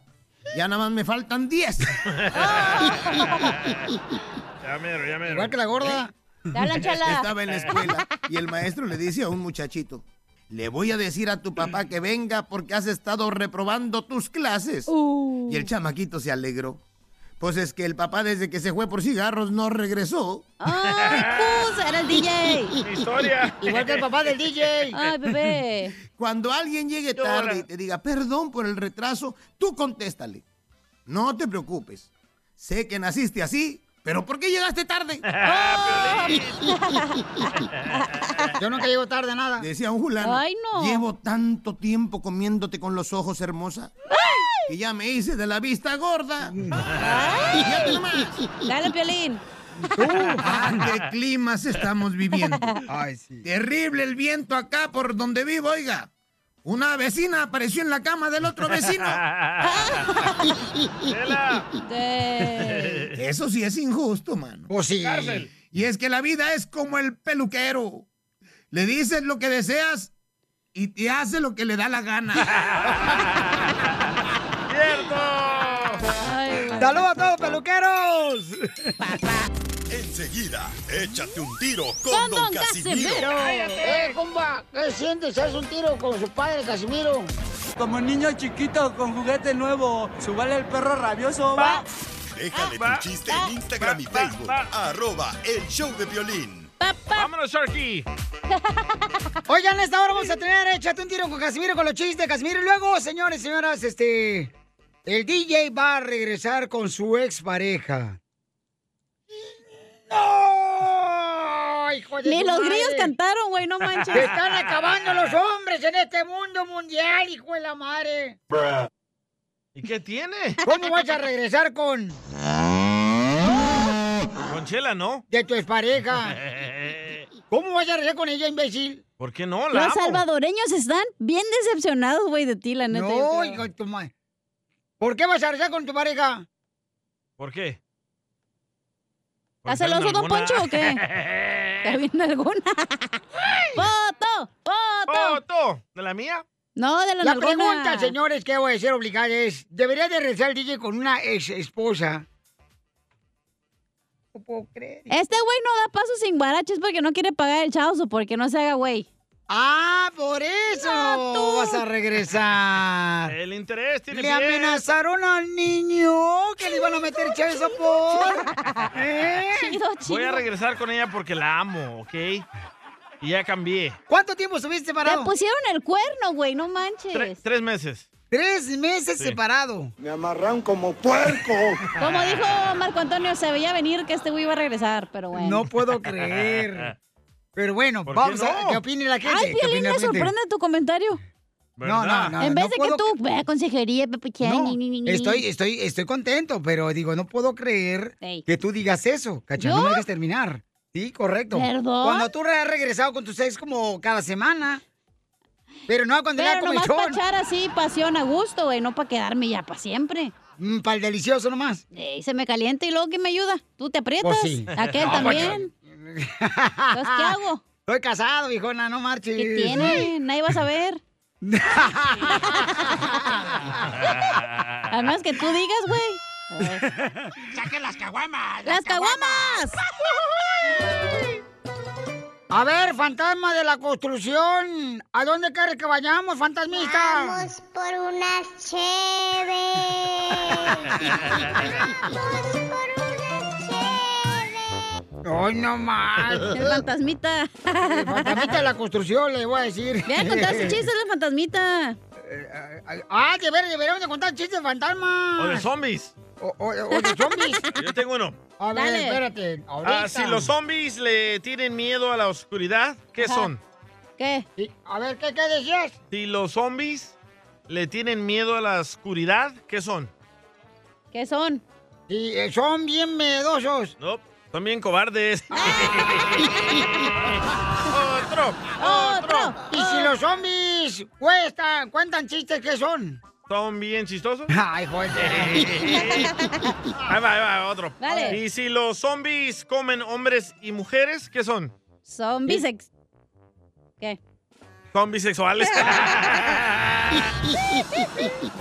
Speaker 15: ya nada más me faltan 10.
Speaker 2: Ya mero, ya mero.
Speaker 15: Igual que la gorda.
Speaker 2: Dale, chala.
Speaker 15: ¿eh? Estaba en la escuela y el maestro le dice a un muchachito, le voy a decir a tu papá que venga porque has estado reprobando tus clases.
Speaker 8: Uh.
Speaker 15: Y el chamaquito se alegró. Pues es que el papá desde que se fue por cigarros no regresó.
Speaker 8: ¡Ay, pus! Era el DJ.
Speaker 15: Historia.
Speaker 8: Igual que el papá del DJ. Ay, bebé.
Speaker 15: Cuando alguien llegue tarde y te diga, perdón por el retraso, tú contéstale. No te preocupes. Sé que naciste así, pero ¿por qué llegaste tarde?
Speaker 1: Yo nunca llego tarde a nada.
Speaker 15: Decía un fulano.
Speaker 1: Ay, no.
Speaker 15: Llevo tanto tiempo comiéndote con los ojos, hermosa. Que ya me hice de la vista gorda. Fíjate nomás.
Speaker 8: Dale, Piolín.
Speaker 15: Ah, qué climas estamos viviendo.
Speaker 1: Ay, sí.
Speaker 15: Terrible el viento acá por donde vivo, oiga. Una vecina apareció en la cama del otro vecino. Eso sí es injusto, mano.
Speaker 1: Pues sí.
Speaker 2: Cárcel.
Speaker 15: Y es que la vida es como el peluquero. Le dices lo que deseas y te hace lo que le da la gana.
Speaker 1: ¡Saludos a todos, peluqueros!
Speaker 9: Enseguida, échate un tiro con Don Casimiro.
Speaker 5: ¡Eh, comba! ¿Qué sientes? ¿Haz un tiro con su padre, Casimiro? Como niño chiquito con juguete nuevo, subale el perro rabioso, va.
Speaker 9: Déjale
Speaker 12: Ah,
Speaker 9: tu chiste en Instagram y Facebook. Arroba El Show de Violín.
Speaker 2: Vámonos, Sharky.
Speaker 1: Oigan, a esta hora vamos a tener Échate un tiro con Casimiro con los chistes de Casimiro. Y luego, señores y señoras, este... El DJ va a regresar con su expareja. ¡No! ¡Oh, ¡Hijo de
Speaker 8: Ni
Speaker 1: su
Speaker 8: los
Speaker 1: madre!
Speaker 8: grillos cantaron, güey, no manches.
Speaker 1: Se están acabando los hombres en este mundo mundial, hijo de la madre.
Speaker 2: ¿Y qué tiene?
Speaker 1: ¿Cómo vas a regresar con,
Speaker 2: Con Chela, ¿no?
Speaker 1: de tu expareja? ¿Cómo vas a regresar con ella, imbécil?
Speaker 2: ¿Por qué no? La
Speaker 8: Los
Speaker 2: amo.
Speaker 8: salvadoreños están bien decepcionados, güey, de ti, la neta. yo
Speaker 1: No,
Speaker 8: creo.
Speaker 1: hijo de tu madre. ¿Por qué vas a regresar con tu pareja?
Speaker 2: ¿Por qué?
Speaker 8: ¿Está celoso, don Poncho, o qué? ¿Está viendo alguna? ¡Foto! ¡Foto!
Speaker 2: ¡Foto! ¿De la mía?
Speaker 8: Oh, No, de la
Speaker 1: La
Speaker 8: nalgona.
Speaker 1: pregunta, señores, que voy a decir obligada es, ¿debería de regresar el DJ con una ex esposa? No puedo creer.
Speaker 8: Este güey no da paso sin guaraches porque no quiere pagar el chauzo, porque no se haga güey.
Speaker 1: ¡Ah, por eso!
Speaker 8: tú.
Speaker 1: vas a regresar.
Speaker 2: El interés tiene
Speaker 1: Le
Speaker 2: pie.
Speaker 1: amenazaron al niño que le iban a meter chazo por... ¿Eh?
Speaker 2: Voy a regresar con ella porque la amo, ¿ok? Y ya cambié.
Speaker 1: ¿Cuánto tiempo estuviste separado?
Speaker 8: Te pusieron el cuerno, güey, no manches.
Speaker 2: Tre- tres meses.
Speaker 1: Tres meses
Speaker 2: Sí.
Speaker 1: separado.
Speaker 15: Me amarran como puerco.
Speaker 8: Como dijo Marco Antonio, se veía venir que este güey iba a regresar, pero bueno.
Speaker 1: No puedo creer. Pero bueno, vamos a... ¿Qué opine la gente?
Speaker 8: Ay,
Speaker 1: ¿Qué
Speaker 8: Piolín,
Speaker 1: opine la
Speaker 8: me
Speaker 1: gente?
Speaker 8: sorprende tu comentario.
Speaker 1: No, no, no.
Speaker 8: en
Speaker 1: no
Speaker 8: vez de
Speaker 1: puedo
Speaker 8: que tú, vea consejería, Pepe Chan, ni, ni, ni, ni.
Speaker 1: Estoy, estoy, estoy contento, pero digo, no puedo creer
Speaker 8: Ey.
Speaker 1: que tú digas eso, ¿cachai? No
Speaker 8: ¿Yo?
Speaker 1: me dejes terminar. Sí, correcto.
Speaker 8: ¿Perdón?
Speaker 1: Cuando tú has regresado con tus ex como cada semana. Pero no cuando le da
Speaker 8: Pero nomás para
Speaker 1: comichón.
Speaker 8: echar así pasión a gusto, güey, no para quedarme ya para siempre.
Speaker 1: para el Mm, delicioso nomás.
Speaker 8: Ey, se me calienta y luego ¿quién me ayuda? ¿Tú te aprietas?
Speaker 1: Pues sí.
Speaker 8: Aquel
Speaker 1: No, pues
Speaker 8: también. Entonces, ¿qué hago?
Speaker 1: Estoy casado, viejona, no marches.
Speaker 8: ¿Qué tiene? Nadie va a saber.
Speaker 2: Ah.
Speaker 8: Además que tú digas, güey.
Speaker 16: ¡Saquen las caguamas!
Speaker 8: ¡Las caguamas!
Speaker 1: A ver, fantasma de la construcción. ¿A dónde quieres que vayamos, fantasmita? Vamos por unas cheves. Ay, Ah, no más.
Speaker 8: El fantasmita.
Speaker 1: El fantasmita de la construcción, le voy a decir.
Speaker 8: Voy a contar sus chistes del fantasmita.
Speaker 1: Ah, de ver, deberíamos de contar chistes fantasma.
Speaker 2: O de zombies.
Speaker 1: O, ah, o de zombies.
Speaker 2: Yo tengo uno.
Speaker 1: A ver, espérate. Ahorita.
Speaker 2: Ah, si los zombies le tienen miedo a la oscuridad, ¿qué
Speaker 1: Ajá.
Speaker 2: son?
Speaker 8: ¿Qué?
Speaker 1: A ver, ¿qué, qué decías?
Speaker 2: Si los zombies le tienen miedo a la oscuridad, ¿qué son?
Speaker 8: ¿Qué son?
Speaker 1: Sí, eh, son bien miedosos.
Speaker 2: No, son bien cobardes. otro,
Speaker 1: Ah. Y si los zombies cuestan, cuentan chistes, ¿qué son?
Speaker 2: ¿Son bien chistosos?
Speaker 1: Ay, joder.
Speaker 2: ahí va, ahí va, otro.
Speaker 8: Dale.
Speaker 2: Y si los zombies comen hombres y mujeres, ¿qué son?
Speaker 8: Son bisex. ¿Qué?
Speaker 2: Son bisexuales.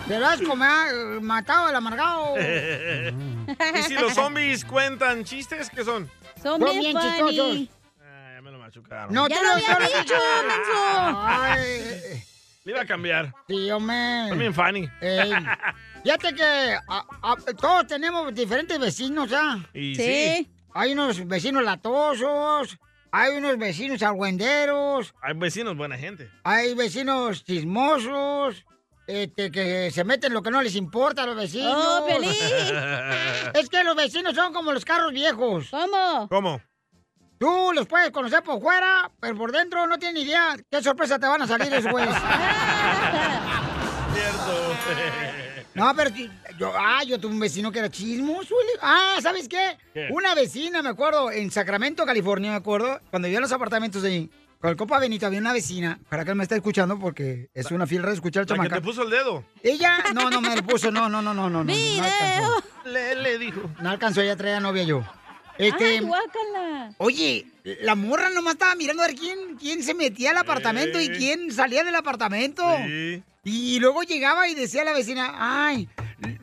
Speaker 1: Velasco me ha eh, matado el amargado.
Speaker 2: y si los zombies cuentan chistes, ¿qué son?
Speaker 1: Son Son bien bien funny. chistosos.
Speaker 2: Ah, ya me lo machucaron.
Speaker 1: No te lo había dicho, menso.
Speaker 2: Ay. Le iba a cambiar.
Speaker 1: Sí, hombre.
Speaker 2: Son bien funny.
Speaker 1: Ey. Fíjate que a- a- todos tenemos diferentes vecinos, ¿ah?
Speaker 2: Y Sí. sí.
Speaker 1: Hay unos vecinos latosos, hay unos vecinos argüenderos,
Speaker 2: Hay vecinos buena gente.
Speaker 1: hay vecinos chismosos, este, que se meten lo que no les importa a los vecinos.
Speaker 2: ¡Oh, Pelín!
Speaker 1: Es que los vecinos son como los carros viejos.
Speaker 8: ¿Cómo?
Speaker 2: ¿Cómo?
Speaker 1: Tú los puedes conocer por fuera, pero por dentro no tienes ni idea qué sorpresa te van a salir esos güeyes.
Speaker 2: Cierto.
Speaker 1: No, pero ti- yo, ah, yo tuve un vecino que era chismoso. el- Ah, ¿sabes qué?
Speaker 2: ¿Qué?
Speaker 1: Una vecina, me acuerdo, en Sacramento, California, me acuerdo, cuando vivía en los apartamentos de ahí, con el copa Benito, había una vecina, para que él me está escuchando porque es una fiel red escuchar al
Speaker 2: La que
Speaker 1: chamaca.
Speaker 2: te puso el dedo.
Speaker 1: Ella, no, no me lo puso, no, no, no, no, no. no, No alcanzó,
Speaker 2: Le, le dijo.
Speaker 1: no alcanzó, ella traía novia yo. Este,
Speaker 8: Ay, guácala.
Speaker 1: oye, la morra nomás estaba mirando a ver quién, quién se metía al apartamento y
Speaker 8: Sí.
Speaker 1: quién salía del apartamento.
Speaker 2: Sí.
Speaker 1: Y luego llegaba y decía a la vecina, ay,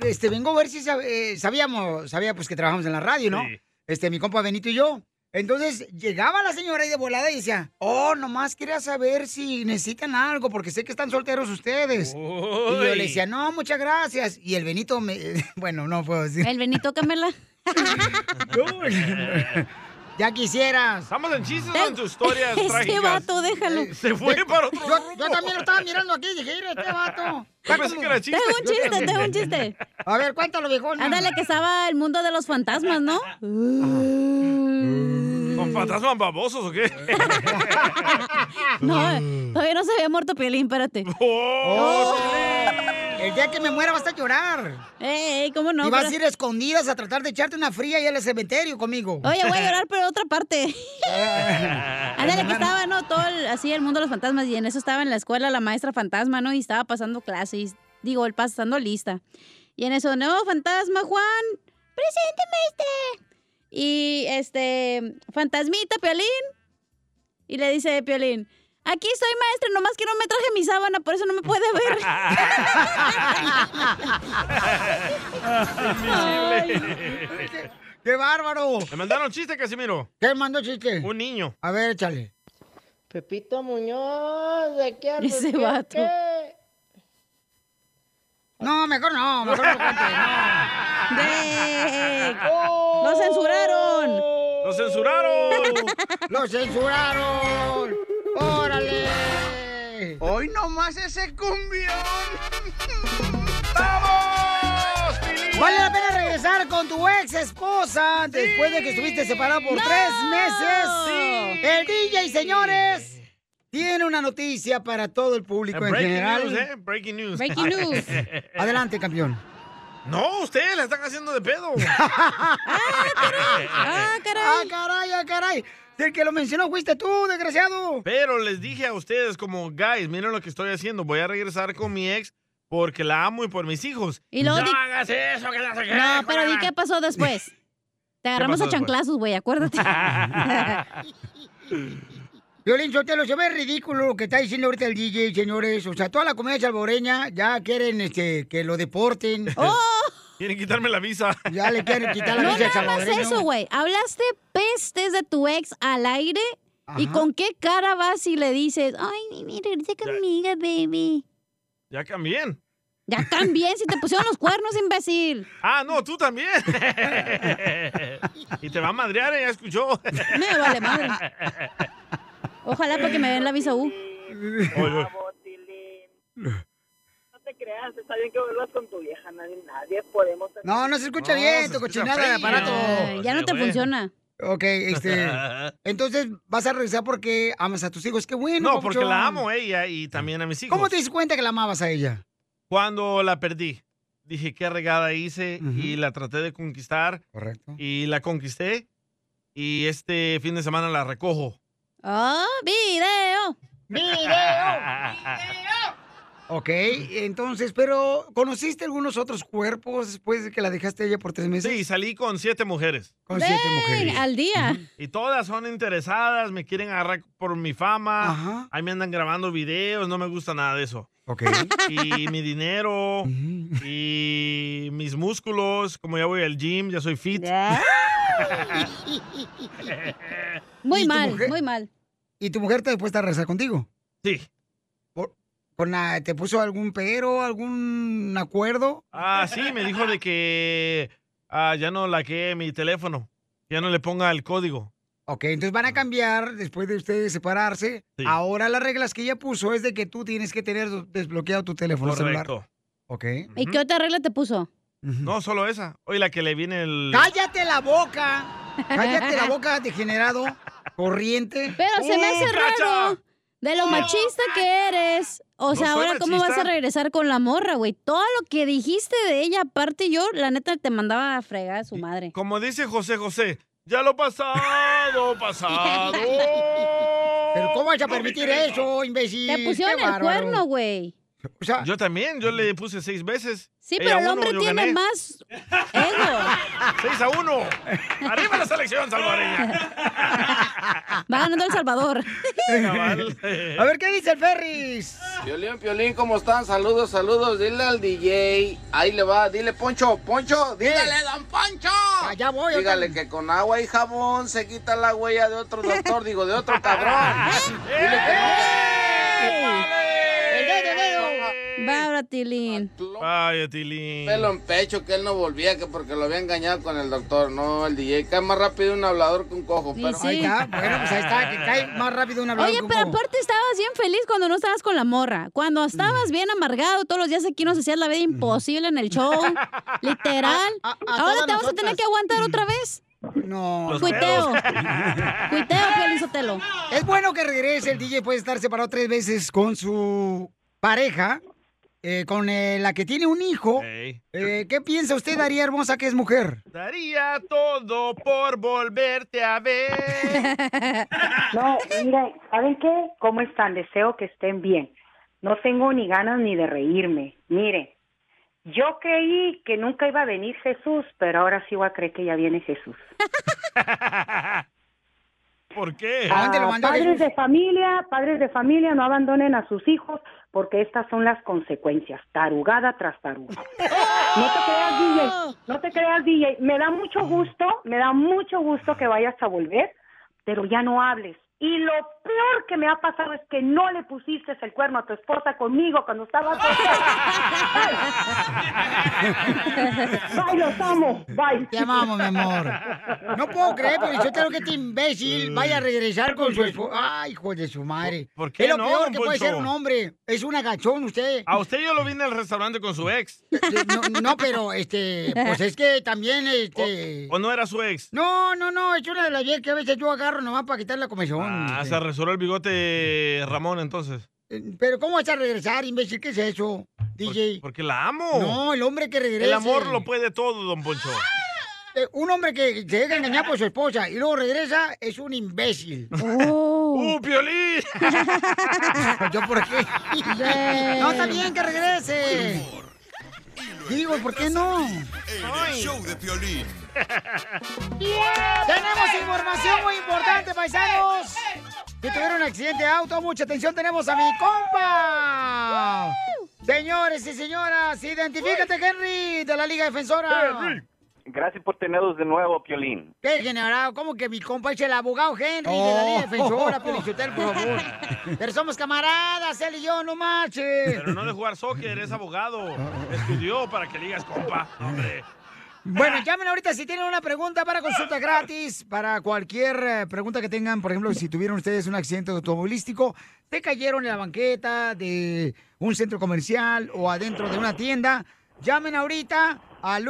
Speaker 1: este, vengo a ver si sab- eh, sabíamos, sabía pues que trabajamos en la radio, ¿no?
Speaker 2: Sí.
Speaker 1: Este, mi compa Benito y yo. Entonces llegaba la señora ahí de volada y decía, oh, nomás quería saber si necesitan algo, porque sé que están solteros ustedes. Y yo
Speaker 8: Uy.
Speaker 1: le decía, no, muchas gracias. Y el Benito me, bueno, no puedo decir.
Speaker 8: El Benito Camela.
Speaker 1: ya quisieras.
Speaker 2: Estamos en chistes o en tus historias
Speaker 8: Ese
Speaker 2: trágicas. Eh,
Speaker 8: vato, déjalo.
Speaker 2: Se fue para otro
Speaker 1: Yo, yo también lo estaba mirando aquí y dije, mira este vato. Está
Speaker 2: pensé
Speaker 1: como-
Speaker 2: que era chiste.
Speaker 8: Tengo un chiste, tengo un chiste.
Speaker 1: A ver, cuéntalo, viejón.
Speaker 8: Ándale, que estaba el mundo de los fantasmas, ¿no?
Speaker 2: ¿Con
Speaker 1: Mm.
Speaker 2: fantasmas babosos o qué?
Speaker 1: Ah.
Speaker 8: No, todavía no se había muerto Piolín, espérate.
Speaker 2: Oh.
Speaker 1: El día que me muera vas a llorar.
Speaker 8: Ey, ¿cómo no?
Speaker 1: Y vas
Speaker 8: Pero-
Speaker 1: a ir a escondidas a tratar de echarte una fría y al cementerio conmigo.
Speaker 8: Oye, voy a llorar, pero Oh, otra parte.
Speaker 2: Ah,
Speaker 8: Ándale, que estaba, ¿no? Todo el- así el mundo de los fantasmas. Y en eso estaba en la escuela la maestra fantasma, ¿no? Y estaba pasando clases. Digo, el pasando lista. Y en eso, no, fantasma, Juan. Presente, maestra. Y este, fantasmita, Piolín. Y le dice Piolín, aquí estoy, maestra, nomás que no me traje mi sábana, por eso no me puede ver.
Speaker 2: Invisible.
Speaker 1: ¡Qué bárbaro!
Speaker 2: Me mandaron chiste, Casimiro.
Speaker 1: ¿Qué mandó chiste?
Speaker 2: Un niño.
Speaker 1: A ver, échale.
Speaker 7: Pepito Muñoz, ¿de qué andas?
Speaker 1: Ese
Speaker 7: ¿Qué,
Speaker 1: vato.
Speaker 7: qué?
Speaker 1: No, mejor no, mejor no cuentes, no.
Speaker 8: ¡Lo censuraron!
Speaker 2: ¡Lo censuraron!
Speaker 1: ¡Lo censuraron! ¡Órale!
Speaker 7: Hoy nomás ese cumbión.
Speaker 1: Vale la pena regresar con tu ex esposa después de que estuviste separado por tres meses. El DJ, señores, tiene una noticia para todo el público en
Speaker 2: Breaking
Speaker 1: general.
Speaker 2: news, ¿eh? Breaking news.
Speaker 1: Adelante, campeón.
Speaker 2: No, ustedes la están haciendo de pedo.
Speaker 1: ¡Ah, caray! ¡Ah, caray, ah, caray! Del que lo mencionó fuiste tú, desgraciado.
Speaker 2: Pero les dije a ustedes como, guys, miren lo que estoy haciendo. Voy a regresar con mi ex porque la amo y por mis hijos.
Speaker 8: Y luego
Speaker 2: no
Speaker 8: di-
Speaker 2: hagas eso, que la saqué.
Speaker 8: No, pero di qué pasó después. Te agarramos
Speaker 2: pasó
Speaker 8: a
Speaker 2: después?
Speaker 8: chanclazos, güey, acuérdate.
Speaker 1: Violín Sotelo, se ve ridículo lo que está diciendo ahorita el DJ, señores. O sea, toda la comunidad salvoreña ya quieren este, que lo deporten.
Speaker 8: Oh.
Speaker 2: Quieren quitarme la visa.
Speaker 1: Ya le quieren quitar la
Speaker 8: No
Speaker 1: visa al
Speaker 8: nada más
Speaker 1: salvadoreño.
Speaker 8: eso, güey. Hablaste pestes de tu ex al aire. ¿Y con qué cara vas y le dices, ay, mira, regresa conmigo, baby?
Speaker 2: Ya cambién.
Speaker 8: Ya también, si te pusieron los cuernos, imbécil.
Speaker 2: Ah, no, tú también. y te va a madrear, ¿eh? ya escuchó.
Speaker 8: Me vale madre. Ojalá porque me den la visa U.
Speaker 7: No te creas, está bien que vuelvas con tu vieja, nadie, nadie podemos...
Speaker 1: No, no se escucha
Speaker 8: Oh,
Speaker 1: bien tu cochinada de aparato.
Speaker 8: Ay, ya no te funciona.
Speaker 1: Ok, este. Entonces vas a regresar porque amas a tus hijos. Qué bueno.
Speaker 2: No, porque
Speaker 1: papuchón.
Speaker 2: la amo a ella y también a mis hijos.
Speaker 1: ¿Cómo te diste cuenta que la amabas a ella?
Speaker 2: Cuando la perdí, dije qué regada hice y la traté de conquistar.
Speaker 1: Correcto.
Speaker 2: Y la conquisté y este fin de semana la
Speaker 8: Ah,
Speaker 2: recojo.
Speaker 8: ¡Oh, video!
Speaker 1: ¡Video! Ok, entonces, pero ¿conociste algunos otros cuerpos después de que la dejaste a ella por tres meses?
Speaker 2: Sí, salí con siete mujeres.
Speaker 1: Con siete mujeres.
Speaker 8: Al día.
Speaker 2: Y todas son interesadas, me quieren agarrar por mi fama. Ahí me andan grabando videos, no me gusta nada de eso.
Speaker 1: Ok.
Speaker 2: Y mi dinero, y mis músculos, como ya voy al gym, ya soy fit.
Speaker 8: Muy
Speaker 1: ¿Y tu
Speaker 8: mal,
Speaker 1: mujer?
Speaker 8: muy mal.
Speaker 1: ¿Y tu mujer te ha puesto a rezar contigo?
Speaker 2: Sí.
Speaker 1: con la- ¿Te puso algún pero, algún acuerdo?
Speaker 2: Ah, sí, me dijo de que ah, ya no laquee mi teléfono, ya no le ponga el código.
Speaker 1: Ok, entonces van a cambiar después de ustedes separarse.
Speaker 2: Sí.
Speaker 1: Ahora las reglas que ella puso es de que tú tienes que tener desbloqueado tu teléfono celular.
Speaker 2: Correcto.
Speaker 1: Ok.
Speaker 8: ¿Y qué otra regla te puso?
Speaker 2: No, solo esa. Hoy la que le viene el...
Speaker 1: ¡Cállate la boca! ¡Cállate la boca, degenerado! Corriente.
Speaker 8: Pero se me
Speaker 2: ¡Uh,
Speaker 8: hace raro de lo
Speaker 1: No.
Speaker 8: machista que eres. O
Speaker 1: No
Speaker 8: sea,
Speaker 1: soy
Speaker 8: ahora cómo vas
Speaker 1: machista.
Speaker 8: a regresar con la morra, güey. Todo lo que dijiste de ella, aparte yo, la neta te mandaba a fregar a su madre.
Speaker 2: Como dice José José, ya lo pasado, pasado.
Speaker 1: ¿Pero cómo vas a
Speaker 2: No me
Speaker 1: permitir
Speaker 2: creo.
Speaker 1: eso, imbécil?
Speaker 8: Te pusieron
Speaker 1: Qué
Speaker 8: el
Speaker 1: bárbaro.
Speaker 8: cuerno, güey.
Speaker 2: yo también, yo le puse seis veces.
Speaker 8: Sí,
Speaker 2: Ella
Speaker 8: pero el
Speaker 2: uno,
Speaker 8: hombre
Speaker 2: yo
Speaker 8: tiene
Speaker 2: gané.
Speaker 8: más. ¿eh?
Speaker 2: Seis a uno. Arriba la selección salvadoreña.
Speaker 8: Va ganando El Salvador.
Speaker 1: A ver, ¿qué dice el Ferris?
Speaker 12: Piolín, Piolín, ¿cómo están? Saludos, saludos. Dile al DJ. Ahí le va, dile Poncho, Poncho, dile. Dígale, don Poncho.
Speaker 1: Allá voy.
Speaker 12: Dígale que con agua y jabón se quita la huella de otro doctor, digo, de otro cabrón. Dile
Speaker 8: Va, ahora, Tilín.
Speaker 2: Vaya, Tilín.
Speaker 12: pelo en pecho que él no volvía, que porque lo había engañado con el doctor. No, el DJ cae más rápido un hablador que un cojo. Pero...
Speaker 1: Ahí está, bueno, pues ahí está, que cae más rápido una
Speaker 8: Oye, pero aparte estabas bien feliz cuando no estabas con la morra. Cuando
Speaker 1: Mm.
Speaker 8: estabas bien amargado todos los días aquí nos hacías la vida imposible en el show. Literal.
Speaker 1: A- a- a
Speaker 8: Ahora
Speaker 1: todas
Speaker 8: te vamos a tener que aguantar otra vez.
Speaker 1: No.
Speaker 8: Los Cuiteo. pedos. Cuiteo,
Speaker 1: Es bueno que regrese. El DJ puede estar separado tres veces con su pareja, eh, con eh, la que tiene un hijo. Eh, ¿Qué piensa usted, Daría Hermosa, que es mujer?
Speaker 2: Daría todo por volverte a ver.
Speaker 25: No, mira, ¿saben qué? ¿Cómo están? Deseo que estén bien. No tengo ni ganas ni de reírme. Mire, yo creí que nunca iba a venir Jesús, pero ahora sí voy a creer que ya viene Jesús.
Speaker 2: ¿Por qué?
Speaker 25: Ah, padres de familia, padres de familia, no abandonen a sus hijos porque estas son las consecuencias, tarugada tras tarugada. No te creas, DJ, no te creas, DJ. Me da mucho gusto, me da mucho gusto que vayas a volver, pero ya no hables. Y lo peor que me ha pasado es que no le pusiste el cuerno a tu esposa conmigo cuando estabas... Bye, los amo. Bye.
Speaker 1: Te amamos, mi amor. No puedo creer, pero yo creo que este imbécil vaya a regresar con su esposa. Ay, hijo de su madre.
Speaker 2: Mm. por qué
Speaker 1: Es lo
Speaker 2: no,
Speaker 1: peor
Speaker 2: don
Speaker 1: que puede
Speaker 2: Poncho?
Speaker 1: ser un hombre. Es un agachón usted. Eh,
Speaker 2: A Ah, usted yo lo vi en el restaurante con su ex.
Speaker 1: No, no, pero este, pues es que también este.
Speaker 2: ¿O no era su ex?
Speaker 1: No, no, no, es una de las viejas que a veces yo agarro nomás para quitar la comisión.
Speaker 2: Ah, se resolvió el bigote Ramón entonces.
Speaker 1: Pero ¿cómo vas a regresar, imbécil? ¿Qué es eso, DJ?
Speaker 2: Pues, Porque la amo.
Speaker 1: No, el hombre que regrese.
Speaker 2: El amor lo puede todo, don Poncho.
Speaker 1: Eh, un hombre que se deja engañar por su esposa y luego regresa es un imbécil.
Speaker 2: ¡Uh, Piolín!
Speaker 1: ¿Yo por qué?
Speaker 2: Yeah.
Speaker 1: No, está bien que regrese. Digo, ¿por qué no?
Speaker 9: El show de Piolín.
Speaker 1: Tenemos información muy importante, paisanos. Que tuvieron un accidente de auto, mucha atención, tenemos a mi compa. Señores y señoras, identifícate, Henry, de la Liga Defensora.
Speaker 18: Gracias por tenerlos de nuevo, Piolín.
Speaker 1: ¿Qué generado? ¿Cómo que mi compa es el abogado Henry de la Liga
Speaker 18: Oh.
Speaker 1: Defensora, Pelichotel, por favor? Pero somos camaradas, él y yo, no marches.
Speaker 2: Pero no de jugar soccer, es
Speaker 1: Ah,
Speaker 2: abogado. Estudió para que ligas, compa. Hombre.
Speaker 1: Bueno, llamen ahorita si tienen una pregunta para consulta gratis, para cualquier eh, pregunta que tengan, por ejemplo, si tuvieron ustedes un accidente automovilístico, se cayeron en la banqueta de un centro comercial o adentro de una tienda, llamen ahorita al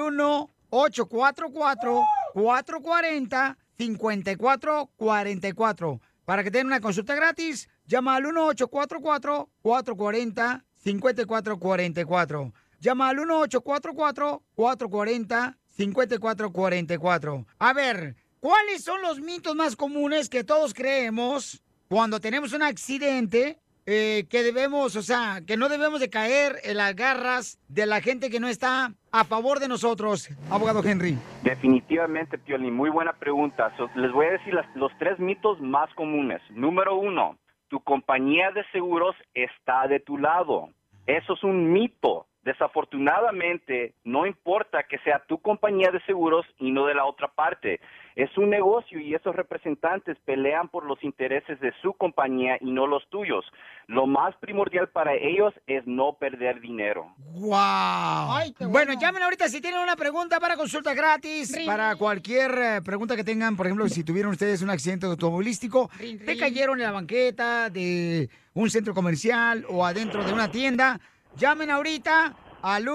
Speaker 1: 1-844-440-5444. Para que tengan una consulta gratis, llama al 1-844-440-5444. Llama al 1-844-440-5444. A ver, ¿cuáles son los mitos más comunes que todos creemos cuando tenemos un accidente eh, que debemos, o sea, que no debemos de caer en las garras de la gente que no está a favor de nosotros, abogado Henry.
Speaker 18: Definitivamente, Pioli, muy buena pregunta. So, les voy a decir las- los tres mitos más comunes. Número uno, tu compañía de seguros está de tu lado. Eso es un mito. Desafortunadamente, no importa que sea tu compañía de seguros y no de la otra parte. Es un negocio y esos representantes pelean por los intereses de su compañía y no los tuyos. Lo más primordial para ellos es no perder dinero.
Speaker 1: ¡Wow! bueno. llamen ahorita si tienen una pregunta para consulta gratis. Para cualquier eh, pregunta que tengan, por ejemplo, si tuvieron ustedes un accidente automovilístico, te cayeron en la banqueta de un centro comercial o adentro de una tienda, llamen ahorita al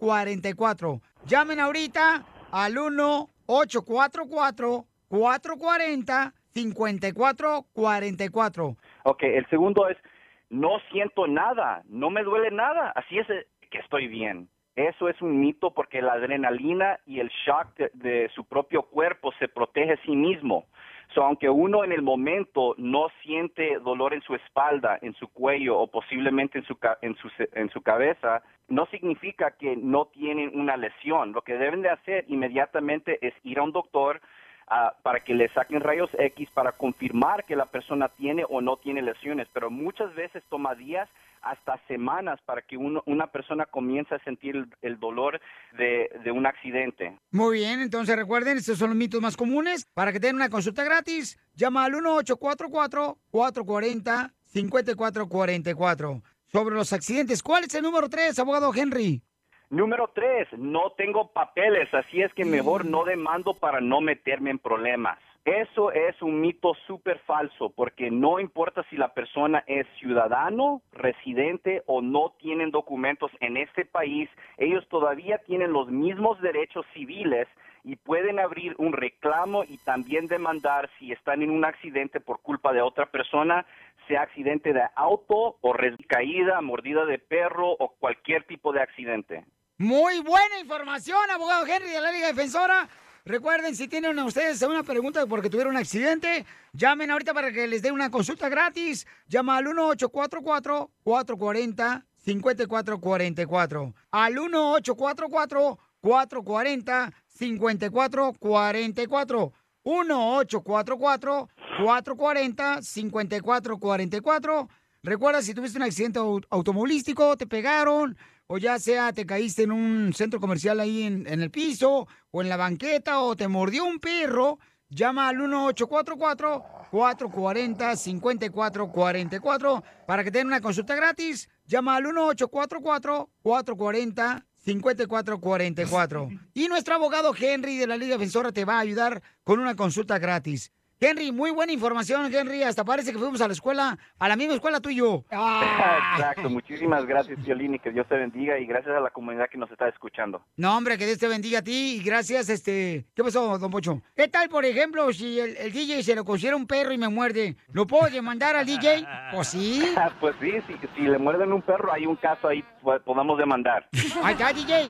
Speaker 1: 1-844-440-5444. Llamen ahorita al 1-844-440-5444.
Speaker 18: Ok, el segundo es, no siento nada, no me duele nada, así es eh, que estoy bien. Eso es un mito porque la adrenalina y el shock de, de su propio cuerpo se protege a sí mismo. So, aunque uno en el momento no siente dolor en su espalda, en su cuello o posiblemente en su, ca- en su, ce- en su cabeza, no significa que no tienen una lesión. Lo que deben de hacer inmediatamente es ir a un doctor, ah, para que le saquen rayos X para confirmar que la persona tiene o no tiene lesiones, pero muchas veces toma días hasta semanas para que uno- una persona comience a sentir el, el dolor de, de un accidente.
Speaker 1: Muy bien, entonces recuerden, estos son los mitos más comunes. Para que tengan una consulta gratis, llama al 1-844-440-5444. Sobre los accidentes, ¿cuál es el número 3, abogado Henry?
Speaker 18: Número tres, no tengo papeles, así es que mejor no demando para no meterme en problemas. Eso es un mito súper falso, porque no importa si la persona es ciudadano, residente o no tienen documentos en este país, ellos todavía tienen los mismos derechos civiles y pueden abrir un reclamo y también demandar si están en un accidente por culpa de otra persona, sea accidente de auto o res- caída, mordida de perro o cualquier tipo de accidente.
Speaker 1: Muy buena información, abogado Henry de la Liga Defensora. Recuerden, si tienen a ustedes una pregunta porque tuvieron un accidente, llamen ahorita para que les dé una consulta gratis. Llama al 1-844-440-5444. Al 1-844-440-5444. 1-844-440-5444. Recuerda, si tuviste un accidente au- automovilístico, te pegaron, o ya sea te caíste en un centro comercial ahí en, en el piso, o en la banqueta, o te mordió un perro, llama al 1-844-440-5444 para que tengan una consulta gratis. Llama al 1-844-440-5444. Y nuestro abogado Henry de la Liga Defensora te va a ayudar con una consulta gratis. Henry, muy buena información, Henry. Hasta parece que fuimos a la escuela, a la misma escuela tú y yo. Ah.
Speaker 18: Exacto, muchísimas gracias, Violín, y que Dios te bendiga y gracias a la comunidad que nos está escuchando.
Speaker 1: No, hombre, que Dios te bendiga a ti y gracias, este... ¿Qué pasó, don Pocho? ¿Qué tal, por ejemplo, si el, el DJ se lo considera un perro y me muerde? ¿Lo puedo demandar al DJ? Pues sí.
Speaker 18: Ah, Pues sí, si, si le muerden un perro hay un caso ahí, po- podamos demandar.
Speaker 1: Ahí está, DJ.